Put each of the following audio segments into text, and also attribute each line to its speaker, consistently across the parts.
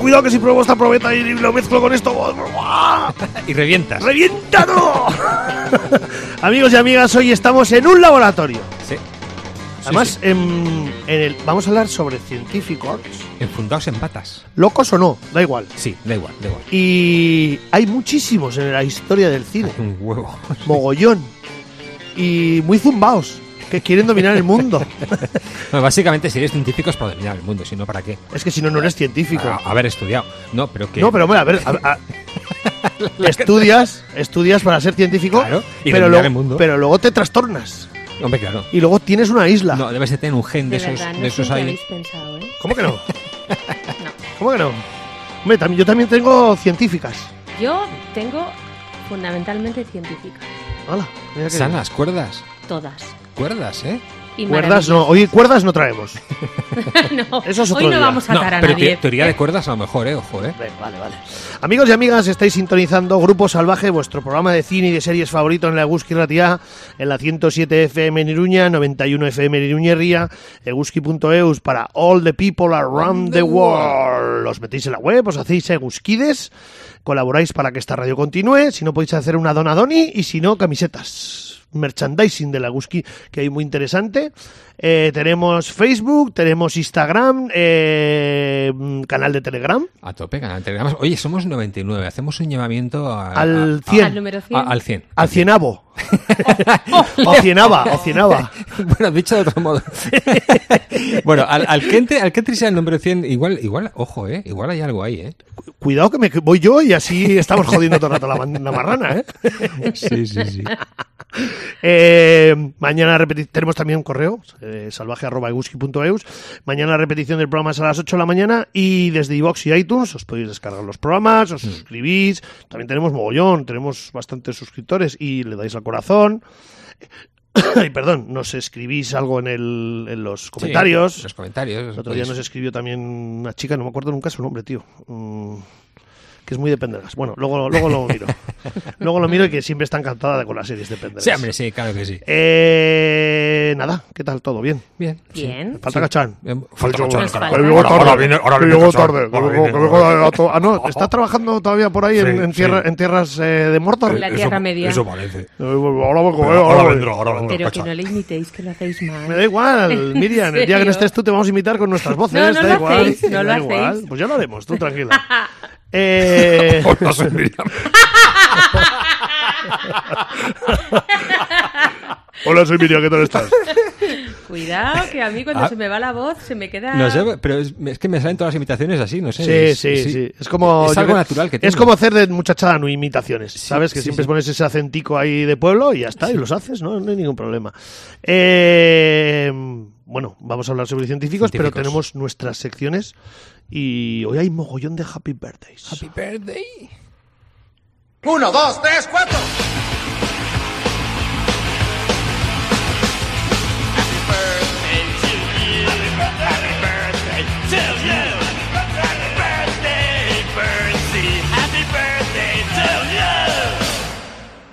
Speaker 1: cuidado que si pruebo esta probeta y lo mezclo con esto. ¡buah!
Speaker 2: y revientas.
Speaker 1: ¡Revienta todo! Amigos y amigas, hoy estamos en un laboratorio.
Speaker 2: Sí.
Speaker 1: Además,
Speaker 2: sí.
Speaker 1: En, en el, vamos a hablar sobre científicos,
Speaker 2: Enfundados en patas.
Speaker 1: locos o no, da igual.
Speaker 2: Sí, da igual, da igual.
Speaker 1: Y hay muchísimos en la historia del cine,
Speaker 2: Un huevo.
Speaker 1: mogollón, y muy zumbaos, que quieren dominar el mundo.
Speaker 2: Bueno, básicamente, si eres científico es para dominar el mundo, si no, ¿para qué?
Speaker 1: es que si no, no eres científico.
Speaker 2: A- haber estudiado. No, pero que.
Speaker 1: No, pero bueno, a ver, a- a- estudias, estudias para ser científico,
Speaker 2: Claro, y
Speaker 1: pero,
Speaker 2: dominar
Speaker 1: luego-
Speaker 2: el mundo.
Speaker 1: pero luego te trastornas
Speaker 2: Hombre, claro.
Speaker 1: y luego tienes una isla.
Speaker 2: No, debes de tener un gen de,
Speaker 3: De
Speaker 2: esos,
Speaker 3: verdad, no
Speaker 2: de
Speaker 3: sé en
Speaker 2: esos
Speaker 3: qué
Speaker 2: ahí.
Speaker 3: habéis pensado, ¿eh?
Speaker 1: ¿Cómo que no? ¿Cómo que no? Hombre, también, yo también tengo científicas.
Speaker 3: Yo tengo fundamentalmente científicas,
Speaker 1: Hola, mira que-
Speaker 2: Sanas, cuerdas.
Speaker 3: todas.
Speaker 2: Cuerdas, ¿eh?
Speaker 3: Y
Speaker 1: Cuerdas no, hoy cuerdas no traemos.
Speaker 3: maravillosas. no,
Speaker 1: Eso es otro
Speaker 3: hoy no
Speaker 1: día.
Speaker 3: vamos a
Speaker 2: No,
Speaker 3: atar a
Speaker 2: pero te-
Speaker 3: nadie.
Speaker 2: teoría de cuerdas a lo mejor, ¿eh? Ojo, ¿eh?
Speaker 1: Vale, vale. Amigos y amigas, estáis sintonizando Grupo Salvaje, vuestro programa de cine y de series favorito en la Eguski Ratia, en la 107 FM en Iruña, 91 FM en Iruña y Ría, eguski.eus para all the people around the world. Os metéis en la web, os hacéis eguskides, colaboráis para que esta radio continúe, si no podéis hacer una dona doni y si no, camisetas. Merchandising de la Eguski, que hay muy interesante. Eh, tenemos Facebook, tenemos Instagram, eh, canal de Telegram.
Speaker 2: A tope, canal Telegram. Oye, somos 99. Hacemos un llamamiento a-
Speaker 1: Al
Speaker 2: a-
Speaker 1: 100.
Speaker 3: Al número 100.
Speaker 2: a- al 100.
Speaker 1: Al cienavo. o cienaba, o cienaba.
Speaker 2: Bueno, dicho de otro modo. bueno, al, al que entre, al que entre sea el número 100, igual, igual, ojo, ¿eh? Igual hay algo ahí, ¿eh?
Speaker 1: Cu- Cuidado que me que voy yo y así estamos jodiendo todo el rato la, man- la marrana, ¿eh?
Speaker 2: Sí, sí, sí.
Speaker 1: Eh, mañana repeti- tenemos también un correo, eh, salvaje.eguski.eus. Mañana repetición del programa es a las 8 de la mañana y desde iVox y iTunes os podéis descargar los programas, os suscribís. También tenemos mogollón, tenemos bastantes suscriptores y le dais al corazón. y perdón, nos escribís algo en, el- en los comentarios.
Speaker 2: los comentarios.
Speaker 1: El otro día
Speaker 2: pues,
Speaker 1: nos escribió también una chica, no me acuerdo nunca su nombre, tío. Mm, que es muy de Pendergast. Bueno, luego, luego lo miro. luego lo miro y que siempre está encantada con las series de Pendergast.
Speaker 2: Sí, hombre, sí, claro que sí.
Speaker 1: Eh, nada, ¿qué tal? ¿Todo bien?
Speaker 2: Bien. sí.
Speaker 3: Bien.
Speaker 1: Falta Cachán.
Speaker 2: Eh, falta
Speaker 1: Yo-
Speaker 2: cachorro.
Speaker 3: Nos falta.
Speaker 1: que llego tarde,
Speaker 2: Ahora viene- ahora
Speaker 1: que
Speaker 2: viene
Speaker 1: llego
Speaker 2: Cachán,
Speaker 1: tarde, que
Speaker 2: ahora
Speaker 1: vengo-
Speaker 2: viene
Speaker 1: que vengo
Speaker 2: Cachán.
Speaker 1: a- a to- Ah, no, ¿está trabajando todavía por ahí en,
Speaker 2: Sí,
Speaker 1: en tierra-
Speaker 2: sí.
Speaker 1: en tierras eh, de Mordor?
Speaker 3: En la Tierra Media.
Speaker 2: parece.
Speaker 1: Eh, Ahora vengo, eh,
Speaker 2: Pero
Speaker 1: ahora vengo.
Speaker 2: ahora
Speaker 3: Pero que
Speaker 2: Cachán.
Speaker 3: no le imitéis, que lo hacéis mal.
Speaker 1: Me da igual, Miriam. El día que no estés tú te vamos a imitar con nuestras voces.
Speaker 3: No, no
Speaker 1: da
Speaker 3: lo
Speaker 1: igual.
Speaker 3: hacéis, no
Speaker 1: da
Speaker 3: lo hacéis.
Speaker 1: igual. Pues ya lo haremos, tú tranquila. Eh,
Speaker 2: Hola, soy Miriam.
Speaker 1: hola, soy Miriam, ¿qué tal estás?
Speaker 3: Cuidado, que a mí cuando
Speaker 2: Ah.
Speaker 3: se me va la voz se me queda...
Speaker 2: No sé, pero es, es que me salen todas las imitaciones así, no sé.
Speaker 1: Sí,
Speaker 2: es-
Speaker 1: sí, sí, Es como.
Speaker 2: Es
Speaker 1: yo
Speaker 2: algo
Speaker 1: creo-
Speaker 2: natural que
Speaker 1: Es
Speaker 2: tengo.
Speaker 1: como hacer de muchachada no imitaciones. ¿Sabes? Que
Speaker 2: sí,
Speaker 1: siempre
Speaker 2: sí.
Speaker 1: pones ese acentico ahí de pueblo y ya está, y los haces, ¿no? No hay ningún problema. Eh, bueno, vamos a hablar sobre científicos,
Speaker 2: Científicos.
Speaker 1: pero tenemos nuestras secciones y hoy hay mogollón de happy birthdays.
Speaker 2: Happy birthday.
Speaker 4: Uno, dos, tres, cuatro.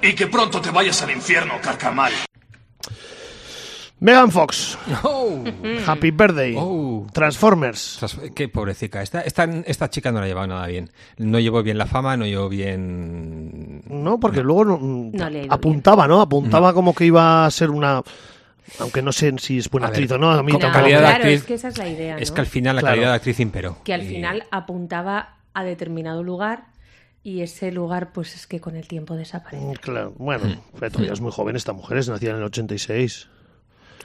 Speaker 5: Y que pronto te vayas al infierno, carcamal.
Speaker 1: Megan Fox,
Speaker 2: Oh.
Speaker 3: Mm.
Speaker 1: happy birthday.
Speaker 2: Oh.
Speaker 1: Transformers.
Speaker 2: Ostras, Qué pobrecita. Esta, esta, esta chica no la ha llevado nada bien. No llevó bien la fama, no llevó bien.
Speaker 1: No, porque luego no- mm,
Speaker 3: No le ha ido
Speaker 1: apuntaba, ¿no?
Speaker 2: Mm.
Speaker 1: Apuntaba como que iba a ser una. Aunque no sé si es buena
Speaker 2: A ver,
Speaker 1: actriz o no. A mí
Speaker 2: con
Speaker 3: No,
Speaker 1: tampoco.
Speaker 2: calidad de
Speaker 3: claro,
Speaker 2: actriz-
Speaker 3: es que esa es la idea, ¿no?
Speaker 2: Es que al final la
Speaker 1: Claro.
Speaker 2: calidad de actriz imperó.
Speaker 3: que al
Speaker 2: Y-
Speaker 3: final apuntaba a determinado lugar y ese lugar pues es que con el tiempo desaparece.
Speaker 1: Mm, Claro, bueno, pero todavía es muy joven esta mujer, es nacida en el 86.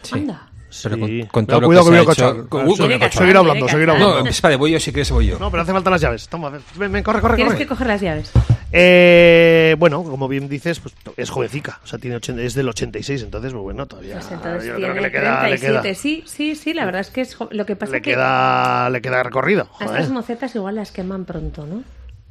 Speaker 2: Sí.
Speaker 3: Anda.
Speaker 2: Pero
Speaker 1: Sí.
Speaker 2: con, con
Speaker 1: No,
Speaker 2: todo lo
Speaker 1: cuidado
Speaker 2: que,
Speaker 1: que voy
Speaker 2: se
Speaker 1: a
Speaker 2: ha hecho-
Speaker 1: cachar.
Speaker 2: con-
Speaker 1: Claro,
Speaker 2: Uy,
Speaker 1: soy-
Speaker 2: voy a
Speaker 3: Viene
Speaker 2: cachar.
Speaker 3: cachando,
Speaker 1: seguir hablando,
Speaker 3: viene
Speaker 1: seguir
Speaker 3: cachando.
Speaker 1: hablando.
Speaker 2: No, espérate, voy yo si quieres voy yo.
Speaker 1: No, pero hace falta las llaves. Toma, ven, ven, ven, corre, corre,
Speaker 3: Tienes
Speaker 1: corre.
Speaker 3: que coger las llaves.
Speaker 1: Eh, bueno, como bien dices, pues es jovencica, o sea, tiene 80 es del 86, entonces, pues bueno, todavía
Speaker 3: Pues entonces
Speaker 1: yo creo
Speaker 3: tiene
Speaker 1: que le queda, le
Speaker 3: 37.
Speaker 1: queda,
Speaker 3: Sí, sí, sí, la verdad es que es jo- lo que pasa
Speaker 1: le
Speaker 3: es que
Speaker 1: queda, ¿eh? le queda recorrido.
Speaker 3: a
Speaker 1: joder.
Speaker 3: estas mocetas igual las queman pronto, ¿no?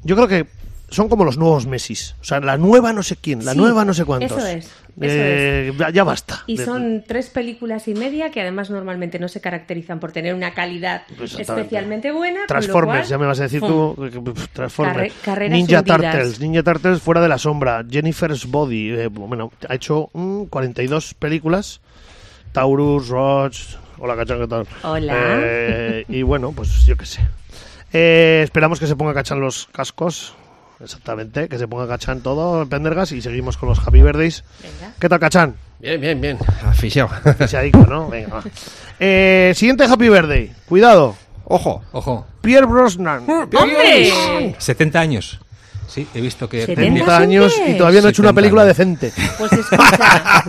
Speaker 1: Yo creo que son como los nuevos Messis, o sea, la nueva no sé quién, la
Speaker 3: Sí,
Speaker 1: nueva no sé cuántos.
Speaker 3: eso es, eso
Speaker 1: Eh, ya- Ya basta.
Speaker 3: Y
Speaker 1: De-
Speaker 3: son tres películas y media que además normalmente no se caracterizan por tener una calidad
Speaker 1: Pues exactamente.
Speaker 3: especialmente buena. con lo
Speaker 1: Transformers,
Speaker 3: cual,
Speaker 1: ya me vas a decir
Speaker 3: ¡fum!
Speaker 1: tú. que- que- pf, Transformers.
Speaker 3: Carre- carreras
Speaker 1: Ninja
Speaker 3: hundidas.
Speaker 1: Turtles. Ninja Turtles fuera de la sombra. Jennifer's Body. eh, bueno, ha hecho mm, 42 películas. Taurus, Roach. Hola, cachón, ¿qué tal?
Speaker 3: Hola.
Speaker 1: Eh, y bueno, pues yo qué sé. Eh, esperamos que se ponga cachán los cascos. Exactamente, que se ponga cachán todo, Pendergas, y seguimos con los Happy Verdes.
Speaker 3: Venga.
Speaker 1: ¿Qué tal, cachán?
Speaker 6: Bien, bien, bien. Aficionado.
Speaker 1: Fichadico, ¿no? Venga, va. Eh, siguiente Happy Verde. Cuidado.
Speaker 6: Ojo.
Speaker 2: Ojo,
Speaker 1: Pierre Brosnan.
Speaker 2: Hmm.
Speaker 3: ¡Hombre!
Speaker 2: 70 años. Sí, he visto que...
Speaker 3: 70.
Speaker 1: 30 años y todavía no ha hecho una
Speaker 2: 70
Speaker 1: película
Speaker 2: años.
Speaker 1: decente.
Speaker 3: Pues escucha,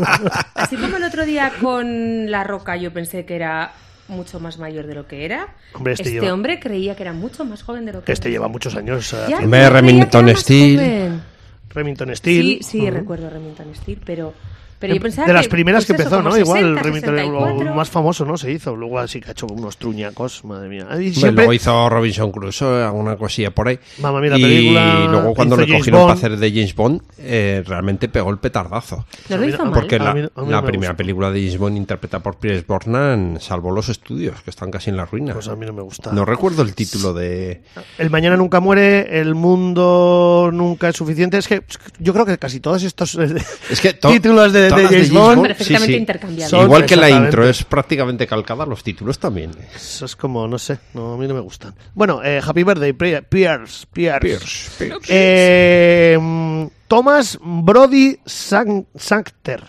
Speaker 3: así como el otro día con La Roca yo pensé que era mucho más mayor de lo que era,
Speaker 1: Hombre, este
Speaker 3: este
Speaker 1: lleva-
Speaker 3: hombre creía que era mucho más joven de lo que
Speaker 1: Este
Speaker 3: era.
Speaker 1: lleva muchos años. eh,
Speaker 3: Ya,
Speaker 1: haciendo
Speaker 6: Hombre,
Speaker 3: yo creía que
Speaker 6: Remington
Speaker 3: era más
Speaker 6: Steele.
Speaker 3: joven.
Speaker 1: Remington Steel.
Speaker 3: Sí, sí, recuerdo Remington Steele, pero, pero yo pensaba
Speaker 1: de las
Speaker 3: que,
Speaker 1: primeras que
Speaker 3: pues eso,
Speaker 1: empezó, ¿no?
Speaker 3: como
Speaker 1: Igual
Speaker 3: 60,
Speaker 1: el Remington,
Speaker 3: 64.
Speaker 1: el más famoso, ¿no? Se hizo. Luego así que ha hecho unos truñacos, madre mía. Y
Speaker 6: Hombre,
Speaker 1: siempre-
Speaker 6: Luego hizo Robinson Crusoe, alguna cosilla por ahí.
Speaker 1: Mamma Mía, la
Speaker 6: y
Speaker 1: película,
Speaker 6: luego cuando
Speaker 1: hizo
Speaker 6: le
Speaker 1: James
Speaker 6: cogieron para
Speaker 1: Bond.
Speaker 6: hacer de James Bond, eh, realmente pegó el petardazo.
Speaker 3: No lo hizo mal.
Speaker 6: Porque
Speaker 1: A
Speaker 6: la,
Speaker 1: mí- a mí
Speaker 6: la
Speaker 1: no me
Speaker 6: primera
Speaker 1: gusta.
Speaker 6: película de James Bond interpretada por Pierce Brosnan salvó los estudios, que están casi en la ruina.
Speaker 1: Pues a mí no me gusta.
Speaker 6: No recuerdo el título de...
Speaker 1: El mañana nunca muere, el mundo nunca es suficiente. Es que yo creo que casi todos estos eh,
Speaker 6: Es que to-
Speaker 1: títulos de, de
Speaker 6: todas las
Speaker 1: James Bond
Speaker 3: Perfectamente intercambiables.
Speaker 1: Son-
Speaker 6: Igual que la
Speaker 1: Exactamente.
Speaker 6: intro es prácticamente calcada, los títulos también.
Speaker 1: eso es como, no sé, no, a mí no me gustan. Bueno, eh, Happy Birthday, Pri- Pierce, Pierce. Eh, mm, Thomas Brody San- Sancter.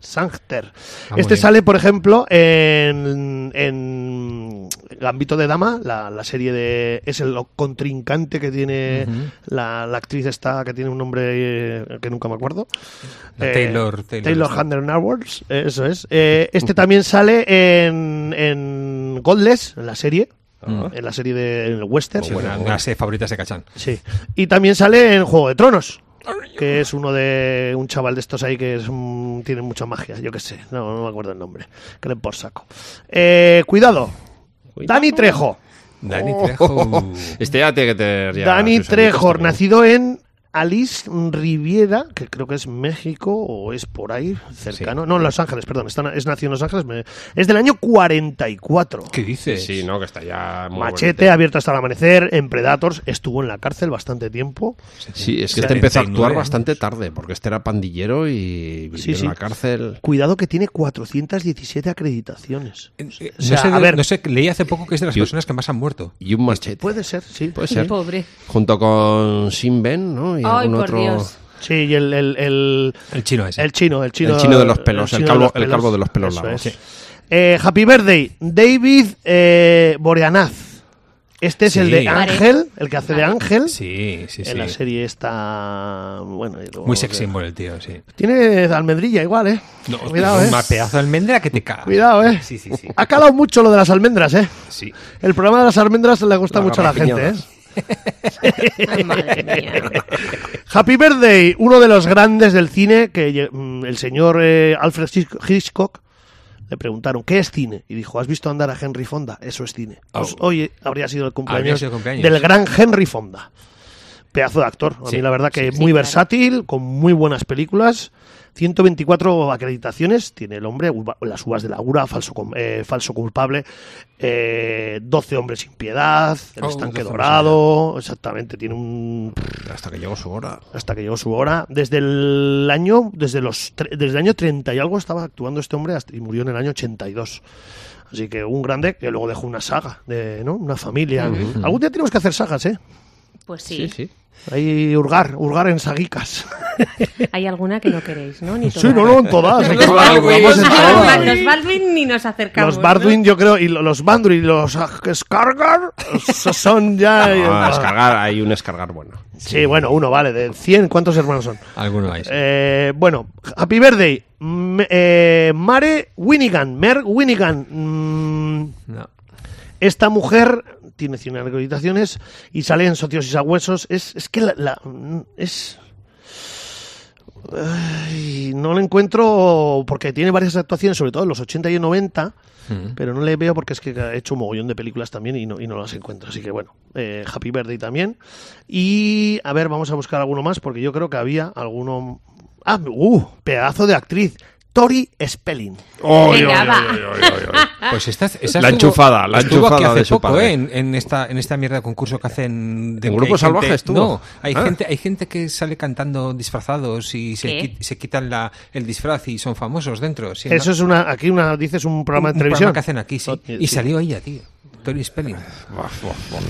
Speaker 1: Sancter.
Speaker 2: Ah, muy
Speaker 1: este
Speaker 2: bien.
Speaker 1: sale, por ejemplo, en, en Gambito de Dama, la, la serie de... Es el contrincante que tiene la, la actriz esta, que tiene un nombre eh, que nunca me acuerdo. Eh,
Speaker 2: La Taylor- Taylor esta.
Speaker 1: Hunter Awards, eh, eso es. Eh, este también sale en, en Godless, en la serie. En la serie de en el western.
Speaker 2: Sí, Bueno, unas eh, favoritas de Cachán.
Speaker 1: Sí. Y también sale en Juego de Tronos. Que es uno de un chaval de estos ahí que es un- tiene mucha magia, yo qué sé, no, no me acuerdo el nombre, que le por saco. Eh, cuidado, Dani Trejo.
Speaker 2: Dani Trejo.
Speaker 6: Este ya tiene que tener ya
Speaker 1: Dani
Speaker 6: sus añitos
Speaker 1: Trejo,
Speaker 6: también.
Speaker 1: nacido en Alice Riviera, que creo que es México o es por ahí, cercano. No, en Los Ángeles, perdón, está, es nacido en Los Ángeles, me- es del año 44.
Speaker 2: ¿Qué dices?
Speaker 6: Sí, no, que está ya muy
Speaker 1: Machete, abierto hasta el amanecer, en Predators, estuvo en la cárcel bastante tiempo.
Speaker 6: bonito. Sí, es que este empezó a
Speaker 2: 79
Speaker 6: actuar
Speaker 2: años.
Speaker 6: bastante tarde, porque este era pandillero y vivió
Speaker 1: Sí, sí.
Speaker 6: en la cárcel.
Speaker 1: Cuidado que tiene 417 acreditaciones.
Speaker 2: Eh, eh,
Speaker 1: O sea,
Speaker 2: no, sé,
Speaker 1: a
Speaker 2: de-
Speaker 1: ver.
Speaker 2: no sé, leí hace poco que es de las
Speaker 6: Yo-
Speaker 2: personas que más han muerto.
Speaker 6: Y un machete.
Speaker 1: Puede ser, sí.
Speaker 6: Puede ser.
Speaker 3: Pobre.
Speaker 6: Junto con Sin Ben, ¿no? Y
Speaker 3: Ay,
Speaker 6: algún
Speaker 3: por
Speaker 6: otro.
Speaker 3: Dios.
Speaker 1: Sí, y el, el, el,
Speaker 2: El chino ese.
Speaker 1: el chino, el chino.
Speaker 6: El chino de los pelos, el
Speaker 1: chino
Speaker 6: calvo-
Speaker 1: los
Speaker 6: el calvo de los pelos
Speaker 1: eso
Speaker 6: largos.
Speaker 1: es. Eh, Happy Birthday, David eh, Boreanaz. Este es
Speaker 2: Sí.
Speaker 1: el de
Speaker 2: Vale.
Speaker 1: Ángel, el que hace de Ángel
Speaker 2: Sí, sí,
Speaker 1: en
Speaker 2: sí.
Speaker 1: la serie esta. Bueno, y luego-
Speaker 2: Muy sex symbol el tío, sí.
Speaker 1: Tiene almendrilla igual, ¿eh?
Speaker 2: No,
Speaker 1: Cuidado,
Speaker 2: un
Speaker 1: ¿eh?
Speaker 2: mapeazo de almendra que te caga.
Speaker 1: Cuidado, ¿eh?
Speaker 2: Sí, sí, sí.
Speaker 1: Ha calado mucho lo de las almendras, ¿eh?
Speaker 2: Sí.
Speaker 1: El programa de las almendras le gusta
Speaker 6: Las
Speaker 1: mucho a la gente, ¿eh?
Speaker 6: garrapiñadas.
Speaker 3: Ay, madre mía.
Speaker 1: Happy Birthday, uno de los grandes del cine, que lle- mm, el señor eh, Alfred Hitch- Hitchcock le preguntaron, ¿qué es cine? Y dijo, ¿has visto andar a Henry Fonda? Eso es cine. Pues
Speaker 2: Oh.
Speaker 1: hoy habría sido el
Speaker 2: Habría
Speaker 1: cumpleaños,
Speaker 2: sido el cumpleaños.
Speaker 1: del gran Henry Fonda. Pedazo de actor. A
Speaker 2: Sí,
Speaker 1: mí la verdad que
Speaker 2: sí, sí.
Speaker 1: muy
Speaker 3: Sí, claro.
Speaker 1: versátil, con muy buenas películas. 124 acreditaciones tiene el hombre, uva- las uvas de la Ura, falso, com- eh, falso culpable, eh, 12 hombres sin piedad, el estanque
Speaker 2: Oh, 12 hombres sin
Speaker 1: dorado, exactamente, tiene un
Speaker 6: Hasta que llegó su hora.
Speaker 1: hasta que llegó su hora. Desde el año, desde los tre- desde el año 30 y algo estaba actuando este hombre hasta- y murió en el año 82. Así que un grande que luego dejó una saga, de, ¿no? Una familia. Algún día tenemos que hacer sagas, ¿eh?
Speaker 3: Pues sí.
Speaker 6: Sí, sí.
Speaker 1: Ahí hurgar, hurgar en saguicas.
Speaker 3: Hay alguna que no queréis, ¿no? Ni
Speaker 1: Sí, no, no, en todas. en todas,
Speaker 3: Baldwin,
Speaker 1: vamos en
Speaker 3: los
Speaker 1: todas.
Speaker 3: Baldwin, los Baldwin ni nos acercamos.
Speaker 1: Los Baldwin, yo creo, y lo- los Bandry y los Scargar son ya...
Speaker 6: Ah, descargar, hay un descargar bueno.
Speaker 1: sí, bueno, uno, vale, de 100, ¿cuántos hermanos son?
Speaker 2: Alguno hay. sí.
Speaker 1: Eh, bueno, Happy Birthday. Mm, eh, Mare Winnigan. Mer Winnigan. Mm,
Speaker 2: No.
Speaker 1: esta mujer tiene 100 acreditaciones y sale en Socios y Sagüesos. Es, es que la, la- mm, es... Ay, no la encuentro porque tiene varias actuaciones, sobre todo en los 80 y en 90, pero no le veo porque es que ha hecho un mogollón de películas también y no, y no las encuentro. Así que bueno, eh, Happy Birthday también. Y a ver, vamos a buscar alguno más porque yo creo que había alguno. Ah, uh, pedazo de actriz. Tori Spelling.
Speaker 3: Venga, va.
Speaker 2: Pues esta, esa
Speaker 6: La
Speaker 2: estuvo-
Speaker 6: enchufada, la
Speaker 2: estuvo aquí
Speaker 6: enchufada
Speaker 2: hace
Speaker 6: de su
Speaker 2: poco,
Speaker 6: padre.
Speaker 2: ¿eh? en, en esta en esta mierda de concurso que hacen de
Speaker 6: ¿En
Speaker 2: que
Speaker 6: Grupo
Speaker 2: hay gente-
Speaker 6: Salvaje estuvo?
Speaker 2: No, hay
Speaker 6: Ah.
Speaker 2: gente hay gente que sale cantando disfrazados y se,
Speaker 3: ¿Qué?
Speaker 2: qui- se quitan la, el disfraz y son famosos dentro. sí,
Speaker 1: Eso
Speaker 2: ¿no?
Speaker 1: es una. Aquí una, dices un programa
Speaker 2: Un-
Speaker 1: de
Speaker 2: un
Speaker 1: televisión.
Speaker 2: programa que hacen aquí, sí.
Speaker 1: Sí,
Speaker 2: Y
Speaker 1: sí.
Speaker 6: Ah,
Speaker 2: salió ella, tío. Tori Spelling.
Speaker 6: Buah, buah, buah.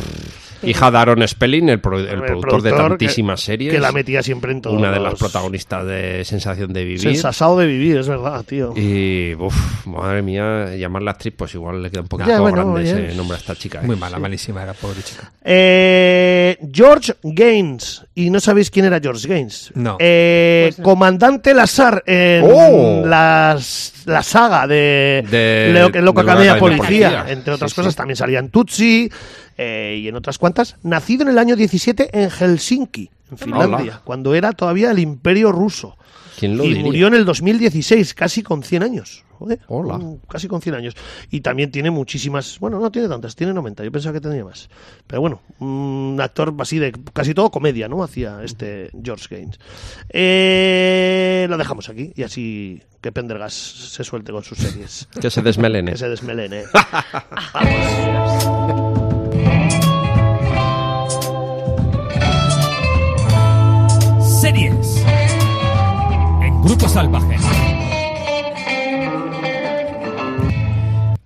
Speaker 6: Hija de Aaron Spelling, el, pro- el
Speaker 1: El
Speaker 6: productor, de
Speaker 1: productor
Speaker 6: tantísimas
Speaker 1: que-
Speaker 6: series.
Speaker 1: que la metía siempre en todos
Speaker 6: Una de las
Speaker 1: los-
Speaker 6: protagonistas de Sensación de Vivir.
Speaker 1: Sensasado de vivir, es verdad, tío.
Speaker 6: Y, uff, madre mía, llamarla actriz, pues igual le queda un poquito
Speaker 1: Ya, bueno,
Speaker 6: grande
Speaker 1: ya.
Speaker 6: ese nombre a esta chica. ¿eh?
Speaker 2: Muy mala, malísima era, pobre chica.
Speaker 1: Eh, George Gaines. Y no sabéis quién era George Gaines.
Speaker 2: No.
Speaker 1: Eh, Comandante Lazar en
Speaker 6: ¡Oh!
Speaker 1: las- la saga de,
Speaker 6: De-
Speaker 1: Leo- que Loco
Speaker 6: de
Speaker 1: Academia
Speaker 6: Loco Academia
Speaker 1: Policía.
Speaker 6: Policía.
Speaker 1: Entre otras
Speaker 6: Sí,
Speaker 1: cosas,
Speaker 6: sí.
Speaker 1: también salían Tutsi eh, y en otras cuantas. Nacido en el año 17 en Helsinki, en Finlandia,
Speaker 6: Hola.
Speaker 1: cuando era todavía el Imperio Ruso.
Speaker 6: ¿Quién lo
Speaker 1: y
Speaker 6: diría?
Speaker 1: murió en el 2016, casi con 100 años. Joder,
Speaker 6: Hola.
Speaker 1: mm, Casi con 100 años. Y también tiene muchísimas. Bueno, no tiene tantas, tiene 90. Yo pensaba que tenía más. Pero bueno, un actor así de casi todo comedia, ¿no? Hacía este George Gaines. Eh, lo dejamos aquí y así que Pendergas se suelte con sus series.
Speaker 6: Que se desmelene.
Speaker 1: que se ¿eh? desmelene.
Speaker 7: Series en Grupo Salvaje.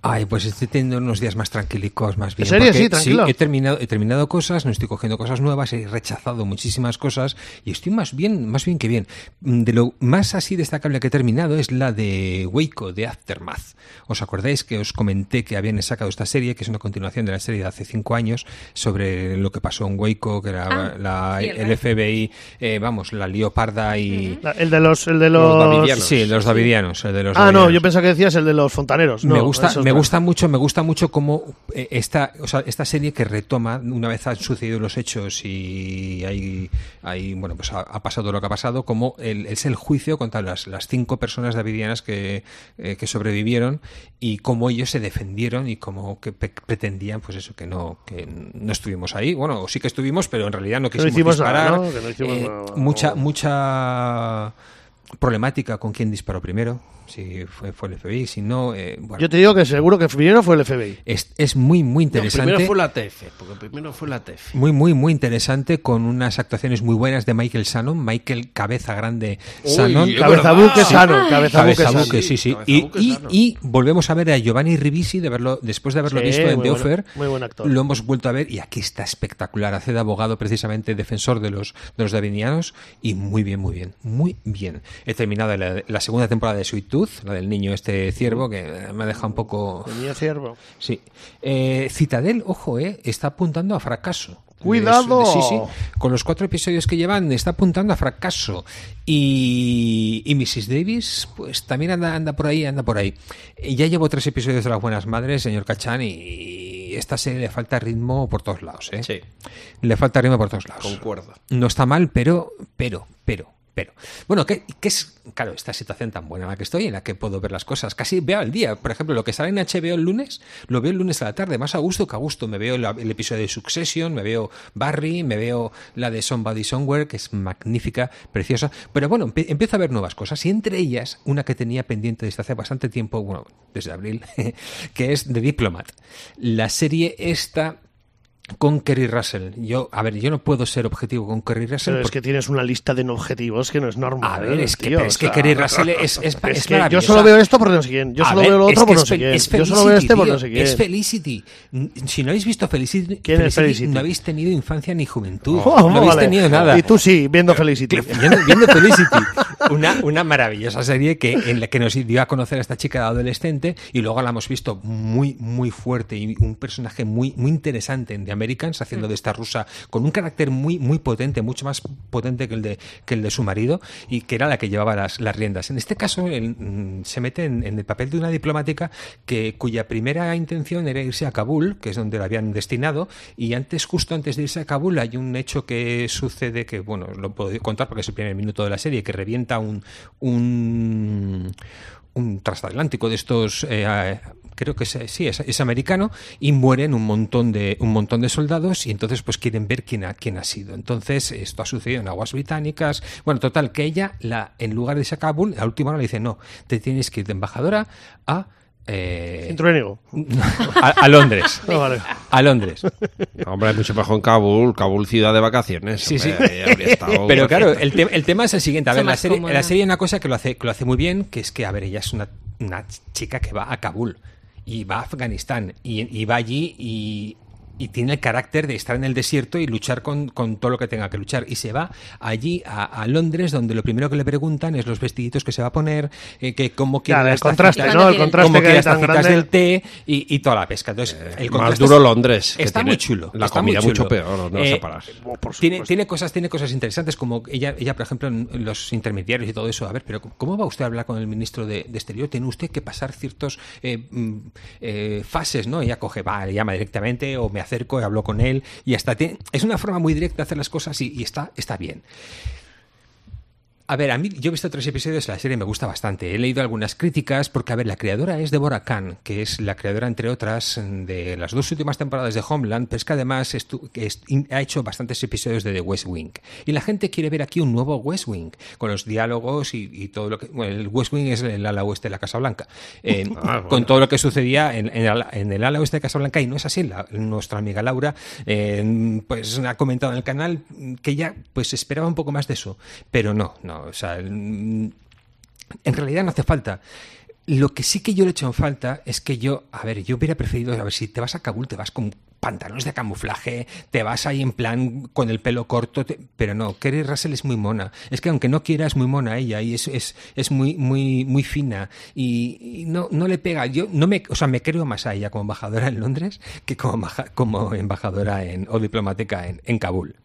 Speaker 2: Ay, pues estoy teniendo unos días más tranquilicos, más bien.
Speaker 1: serio?
Speaker 2: porque
Speaker 1: Sí, tranquilo.
Speaker 2: he terminado, he terminado cosas, no estoy cogiendo cosas nuevas, he rechazado muchísimas cosas y estoy más bien, más bien que bien. Mm, De lo más así destacable que he terminado es la de Waco, de Aftermath. ¿Os acordáis que os comenté que habían sacado esta serie, que es una continuación de la serie de hace cinco años, sobre lo que pasó en Waco, que era
Speaker 3: Ah,
Speaker 2: la,
Speaker 3: sí, el
Speaker 2: el FBI, eh, vamos, la leoparda y...
Speaker 1: La- el de los. El de
Speaker 6: Los
Speaker 1: los.
Speaker 6: Davidianos.
Speaker 2: Sí, los davidianos, el de los
Speaker 1: ah, no,
Speaker 2: davidianos
Speaker 1: yo pensaba que decías el de los fontaneros. No,
Speaker 2: me gusta,
Speaker 1: eso es
Speaker 2: me
Speaker 1: otra.
Speaker 2: gusta mucho, me gusta mucho cómo eh, esta, o sea, esta serie que retoma una vez han sucedido los hechos y hay, hay bueno, pues ha, ha pasado lo que ha pasado, como el, es el juicio contra las, las cinco personas davidianas que, eh, que sobrevivieron y cómo ellos se defendieron y cómo que pe- pretendían, pues eso, que no, que no estuvimos ahí. Bueno, sí que estuvimos, pero en realidad no
Speaker 1: no
Speaker 2: quisimos
Speaker 1: hicimos nada,
Speaker 2: disparar.
Speaker 1: ¿no? Que no hicimos
Speaker 2: Eh,
Speaker 1: nada.
Speaker 2: mucha, mucha problemática con quién disparó primero, si fue, fue el FBI, si no, eh, bueno.
Speaker 1: Yo te digo que seguro que primero fue el FBI.
Speaker 2: Es, es muy, muy interesante.
Speaker 6: Primero fue la TF, porque primero fue la TF.
Speaker 2: Muy, muy, muy interesante con unas actuaciones muy buenas de Michael Shannon. Michael Cabeza Grande
Speaker 6: Uy,
Speaker 2: Shannon.
Speaker 6: es
Speaker 1: Cabeza
Speaker 6: verdad.
Speaker 1: buque sano, cabeza buque
Speaker 2: Cabeza
Speaker 1: sano.
Speaker 2: Buque, sí, sí.
Speaker 6: Cabeza
Speaker 2: Y,
Speaker 6: Buque
Speaker 2: y-
Speaker 6: Shannon.
Speaker 2: y volvemos a ver a Giovanni Ribisi de verlo, después de haberlo
Speaker 1: Sí,
Speaker 2: visto en
Speaker 1: muy
Speaker 2: The
Speaker 1: buen-
Speaker 2: Offer.
Speaker 1: muy buen actor.
Speaker 2: Lo hemos vuelto a ver y aquí está espectacular. Hace de abogado, precisamente defensor de los, de los davinianos. Y muy bien, muy bien, muy bien. He terminado la, la segunda temporada de Sweet Tooth, la del niño este ciervo, que eh, me ha dejado un poco.
Speaker 1: Tenía ciervo.
Speaker 2: Sí. Eh, Citadel, ojo, eh, está apuntando a fracaso.
Speaker 1: ¡Cuidado!
Speaker 2: Sí, sí. Con los cuatro episodios que llevan, está apuntando a fracaso. Y, y Mrs. Davis, pues también anda, anda por ahí, anda por ahí. Eh, Ya llevo tres episodios de Las Buenas Madres, señor Cachán, y esta serie le falta ritmo por todos lados, ¿eh?
Speaker 6: Sí.
Speaker 2: Le falta ritmo por todos lados.
Speaker 6: Concuerdo.
Speaker 2: No está mal, pero, pero, pero, pero. Bueno, ¿qué, qué es, claro, esta situación tan buena en la que estoy, en la que puedo ver las cosas? Casi veo al día. Por ejemplo, lo que sale en HBO el lunes, lo veo el lunes a la tarde, más a gusto que a gusto. Me veo la- el episodio de Succession, me veo Barry, me veo la de Somebody Somewhere, que es magnífica, preciosa. Pero bueno, empe- empiezo a ver nuevas cosas y entre ellas una que tenía pendiente desde hace bastante tiempo, bueno, desde abril, que es The Diplomat. La serie esta con Kerry Russell. Yo, a ver, yo no puedo ser objetivo con Kerry Russell.
Speaker 1: Pero es
Speaker 2: porque-
Speaker 1: que tienes una lista de no objetivos que no es normal.
Speaker 2: a ver, es que,
Speaker 1: tío,
Speaker 2: pero es
Speaker 1: o
Speaker 2: que
Speaker 1: sea,
Speaker 2: Kerry Russell es, es,
Speaker 1: es
Speaker 2: es
Speaker 1: que yo
Speaker 2: maravillosa.
Speaker 1: solo veo esto por no sé quién. Yo
Speaker 2: A
Speaker 1: solo
Speaker 2: ver,
Speaker 1: veo lo
Speaker 2: es
Speaker 1: otro
Speaker 2: que
Speaker 1: por
Speaker 2: es
Speaker 1: no sé
Speaker 2: fel-
Speaker 1: quién.
Speaker 2: es
Speaker 1: Yo solo veo
Speaker 2: Felicity,
Speaker 1: este por
Speaker 2: tío,
Speaker 1: no sé quién.
Speaker 2: Es Felicity. N- Si no habéis visto Felicity,
Speaker 1: ¿Quién es Felicity?
Speaker 2: no habéis tenido infancia ni juventud.
Speaker 1: Oh,
Speaker 2: no habéis
Speaker 1: vale.
Speaker 2: tenido nada.
Speaker 1: Y tú sí, viendo Felicity.
Speaker 2: Cliff, viendo, viendo Felicity, una, una maravillosa serie que, en la que nos dio a conocer a esta chica adolescente y luego la hemos visto muy, muy fuerte y un personaje muy, muy interesante en The Americans, haciendo de esta rusa con un carácter muy, muy potente, mucho más potente que el de, que el de su marido y que era la que llevaba las, las riendas. En este caso el- mm, se mete en, en el papel de una diplomática que, cuya primera intención era irse a Kabul, que es donde la habían destinado, y antes, justo antes de irse a Kabul, hay un hecho que sucede que, bueno, lo puedo contar porque es el primer minuto de la serie, que revienta un, un, un transatlántico de estos, eh, a- creo que es- sí, es, es americano, y mueren un montón, de, un montón de soldados y entonces pues quieren ver quién ha, quién ha sido. Entonces esto ha sucedido en aguas británicas. Bueno, total, que ella, la, en lugar de irse a Kabul, a última hora le dice, no, te tienes que ir de embajadora a... eh,
Speaker 1: Intruénigo.
Speaker 2: a, a Londres.
Speaker 1: No, vale.
Speaker 2: A Londres.
Speaker 6: Hombre, hay mucho mejor en Kabul, Kabul ciudad de vacaciones.
Speaker 2: Sí, sí.
Speaker 6: hombre, ahí habría estado
Speaker 2: Pero claro,
Speaker 6: perfecto.
Speaker 2: el, te- el tema es el siguiente. A
Speaker 3: Son
Speaker 2: ver, la
Speaker 3: más
Speaker 2: serie,
Speaker 3: cómodas.
Speaker 2: la serie hay una cosa que lo hace, que lo hace muy bien, que es que, a ver, ella es una, una chica que va a Kabul y va a Afganistán y, y va allí y y tiene el carácter de estar en el desierto y luchar con, con todo lo que tenga que luchar. Y se va allí a, a Londres, donde lo primero que le preguntan es los vestiditos que se va a poner, eh, que cómo quiere
Speaker 1: Claro, el
Speaker 2: las tacitas-
Speaker 1: contraste,
Speaker 3: ¿no?
Speaker 2: cómo
Speaker 3: El
Speaker 1: contraste
Speaker 2: quiere
Speaker 1: que hay
Speaker 2: las
Speaker 1: tan
Speaker 2: tacitas
Speaker 1: grande. Eh,
Speaker 2: del té y, y toda la pesca. Entonces, el
Speaker 6: Más
Speaker 2: contraste
Speaker 6: duro
Speaker 2: es-
Speaker 6: Londres. que
Speaker 2: Está
Speaker 6: tiene
Speaker 2: muy chulo.
Speaker 6: La
Speaker 2: está
Speaker 6: comida
Speaker 2: muy
Speaker 6: mucho
Speaker 2: chulo.
Speaker 6: peor, no vas
Speaker 2: Eh,
Speaker 6: a parar.
Speaker 2: tiene, tiene cosas tiene cosas interesantes como ella ella por ejemplo en los intermediarios y todo eso a ver pero cómo va usted a hablar con el ministro de, de exterior tiene usted que pasar ciertos eh, mm, eh, fases no ella coge va le llama directamente o me acerco y hablo con él y hasta tiene- es una forma muy directa de hacer las cosas y, y está está bien a ver, a mí yo he visto tres episodios de la serie, me gusta bastante. He leído algunas críticas porque, a ver, la creadora es Deborah Kahn, que es la creadora, entre otras, de las dos últimas temporadas de Homeland, pero es que además estu- que es- in- ha hecho bastantes episodios de The West Wing. Y la gente quiere ver aquí un nuevo West Wing, con los diálogos y, y todo lo que... Bueno, el West Wing es el ala oeste de la Casa Blanca. Eh, Con todo lo que sucedía en, en el, en el ala oeste de Casablanca y no es así. La- nuestra amiga Laura eh, pues ha comentado en el canal que ella pues esperaba un poco más de eso, pero no, no, o sea, el- en realidad no hace falta. Lo que sí que yo le he hecho en falta es que yo, a ver, yo hubiera preferido, a ver, si te vas a Kabul, te vas con pantalones de camuflaje, te vas ahí en plan con el pelo corto, te- pero no, Kerry Russell es muy mona. Es que aunque no quiera, es muy mona ella y es, es, es muy, muy, muy fina y, y no, no le pega. Yo no me, o sea, me creo más a ella como embajadora en Londres que como, embaja- como embajadora en, o diplomática en, en Kabul.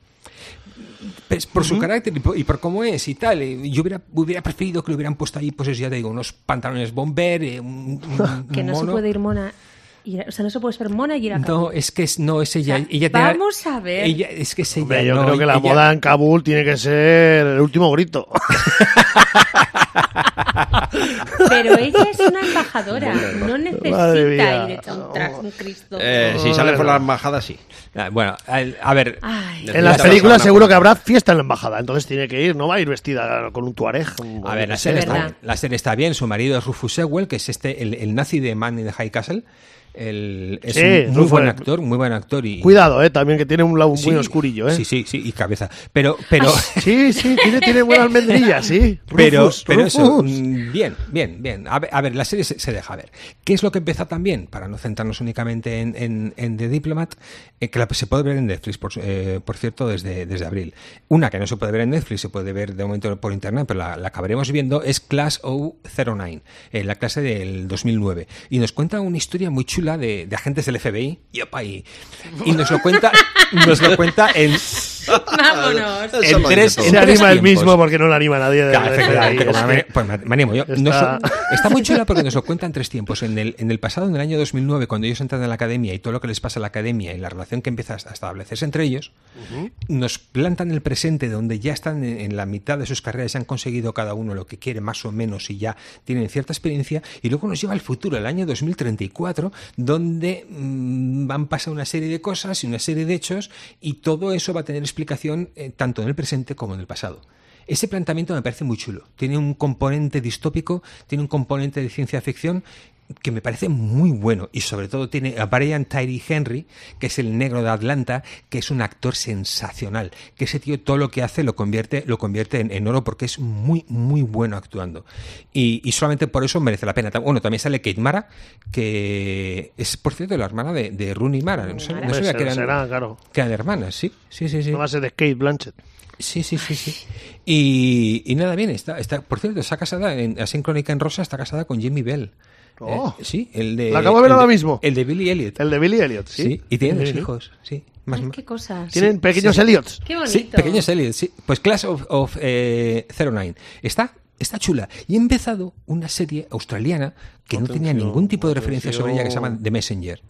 Speaker 2: Pues por su carácter y por, y por cómo es y tal. eh, Yo hubiera, hubiera preferido que le hubieran puesto ahí, pues eso ya te digo, unos pantalones bomber, eh, un, un-
Speaker 3: Que
Speaker 2: un
Speaker 3: no se
Speaker 2: mono.
Speaker 3: puede ir mona. y- o sea, no se puede ser mona y ir a
Speaker 2: No, es que es, no, es ella.
Speaker 3: O sea,
Speaker 2: ella tenía-
Speaker 3: vamos a ver.
Speaker 2: ella- es que es ella,
Speaker 1: Hombre, yo
Speaker 2: no,
Speaker 1: creo que la
Speaker 2: ella-
Speaker 1: moda en Kabul tiene que ser el último grito.
Speaker 3: Pero ella es una embajadora, no
Speaker 1: Madre
Speaker 3: necesita
Speaker 1: mía.
Speaker 3: ir hecha un, tra- un Cristo.
Speaker 6: Eh, si sale por la embajada, sí.
Speaker 2: Ah, Bueno, al- a ver.
Speaker 3: Ay,
Speaker 1: en
Speaker 6: la
Speaker 1: las
Speaker 6: Casa
Speaker 1: películas
Speaker 6: Blanca.
Speaker 1: seguro que habrá fiesta en la embajada, entonces tiene que ir, no va a ir vestida con un tuareg. un-
Speaker 2: A ver, la
Speaker 1: yo qué
Speaker 2: serie,
Speaker 1: sé.
Speaker 2: está,
Speaker 3: verdad.
Speaker 2: bien. la serie está bien. Su marido es Rufus Sewell, que es este el, el nazi de Man in the High Castle. El, es
Speaker 1: Sí,
Speaker 2: un muy
Speaker 1: Rufus.
Speaker 2: buen actor, muy buen actor. Y,
Speaker 1: Cuidado, eh, también que tiene un lado
Speaker 2: Sí,
Speaker 1: muy oscurillo, eh.
Speaker 2: Sí, sí, sí, y cabeza. Pero, pero,
Speaker 1: Sí, sí, tiene, tiene buena almendrilla, sí.
Speaker 2: pero,
Speaker 1: Rufus,
Speaker 2: pero eso,
Speaker 1: Rufus.
Speaker 2: mm, bien, bien, bien. A ver, a ver, la serie se, se deja ver. ¿Qué es lo que empieza también? Para no centrarnos únicamente en, en- en The Diplomat, eh, que la- se puede ver en Netflix, por, su- eh, por cierto, desde, desde abril. Una que no se puede ver en Netflix, se puede ver de momento por internet, pero la, la acabaremos viendo, es Class O09, eh, la clase del 2009. Y nos cuenta una historia muy chula de, de agentes del FBI, y, opa, y, y nos lo cuenta, nos lo cuenta en,
Speaker 3: vámonos.
Speaker 6: Eso
Speaker 2: en
Speaker 6: lo
Speaker 2: tres,
Speaker 6: dice todo.
Speaker 1: se
Speaker 2: en tres
Speaker 1: anima el
Speaker 2: tiempos.
Speaker 1: mismo porque no lo anima nadie. de-
Speaker 2: Claro,
Speaker 1: de-
Speaker 2: efectivamente,
Speaker 1: de-
Speaker 2: como me-
Speaker 1: es que-
Speaker 2: pues me, me animo yo. No
Speaker 1: está-
Speaker 2: son- está muy chula porque nos lo cuentan tres tiempos. En el, en el pasado, en el año 2009, cuando ellos entran a la academia y todo lo que les pasa a la academia y la relación que empieza a establecerse entre ellos, nos plantan el presente donde ya están en, en la mitad de sus carreras, ya han conseguido cada uno lo que quiere más o menos y ya tienen cierta experiencia. Y luego nos lleva al futuro, el año 2034, donde mm, han pasado una serie de cosas y una serie de hechos y todo eso va a tener explicación eh, tanto en el presente como en el pasado. Ese planteamiento me parece muy chulo. Tiene un componente distópico, tiene un componente de ciencia ficción que me parece muy bueno y sobre todo tiene a Brian Tyree Henry, que es el negro de Atlanta, que es un actor sensacional, que ese tío todo lo que hace lo convierte, lo convierte en, en oro porque es muy, muy bueno actuando. Y, y solamente por eso merece la pena. Tam- Bueno, también sale Kate Mara, que es, por cierto, la hermana de, de Rooney Mara. No, sabía- no
Speaker 1: Pues
Speaker 2: sabía que
Speaker 1: será,
Speaker 2: eran,
Speaker 1: será, claro.
Speaker 2: que eran hermanas, sí. Sí, sí, sí.
Speaker 1: No va a ser de Kate Blanchett.
Speaker 2: Sí, sí, sí, sí. Y, y nada, bien, está, está, por cierto, está casada, en Asincrónica en Rosa está casada con Jimmy Bell.
Speaker 1: Oh.
Speaker 2: Eh, sí, el de...
Speaker 1: Lo acabo de ver
Speaker 2: el
Speaker 1: ahora mismo.
Speaker 2: El de Billy Elliot.
Speaker 1: El de Billy Elliot,
Speaker 2: sí.
Speaker 1: sí.
Speaker 2: y tiene dos
Speaker 1: Sí.
Speaker 2: hijos, sí. Más,
Speaker 3: Ay,
Speaker 2: más.
Speaker 3: qué cosas.
Speaker 1: Tienen pequeños
Speaker 2: sí.
Speaker 1: Elliots.
Speaker 3: Qué bonito.
Speaker 2: Sí, pequeños aliens, sí. Pues Class of, of, eh, 09. Está, está chula. Y he empezado una serie australiana que no tenía
Speaker 1: Atención,
Speaker 2: ningún tipo de referencia sobre ella que se
Speaker 1: atención.
Speaker 2: llama The Messenger.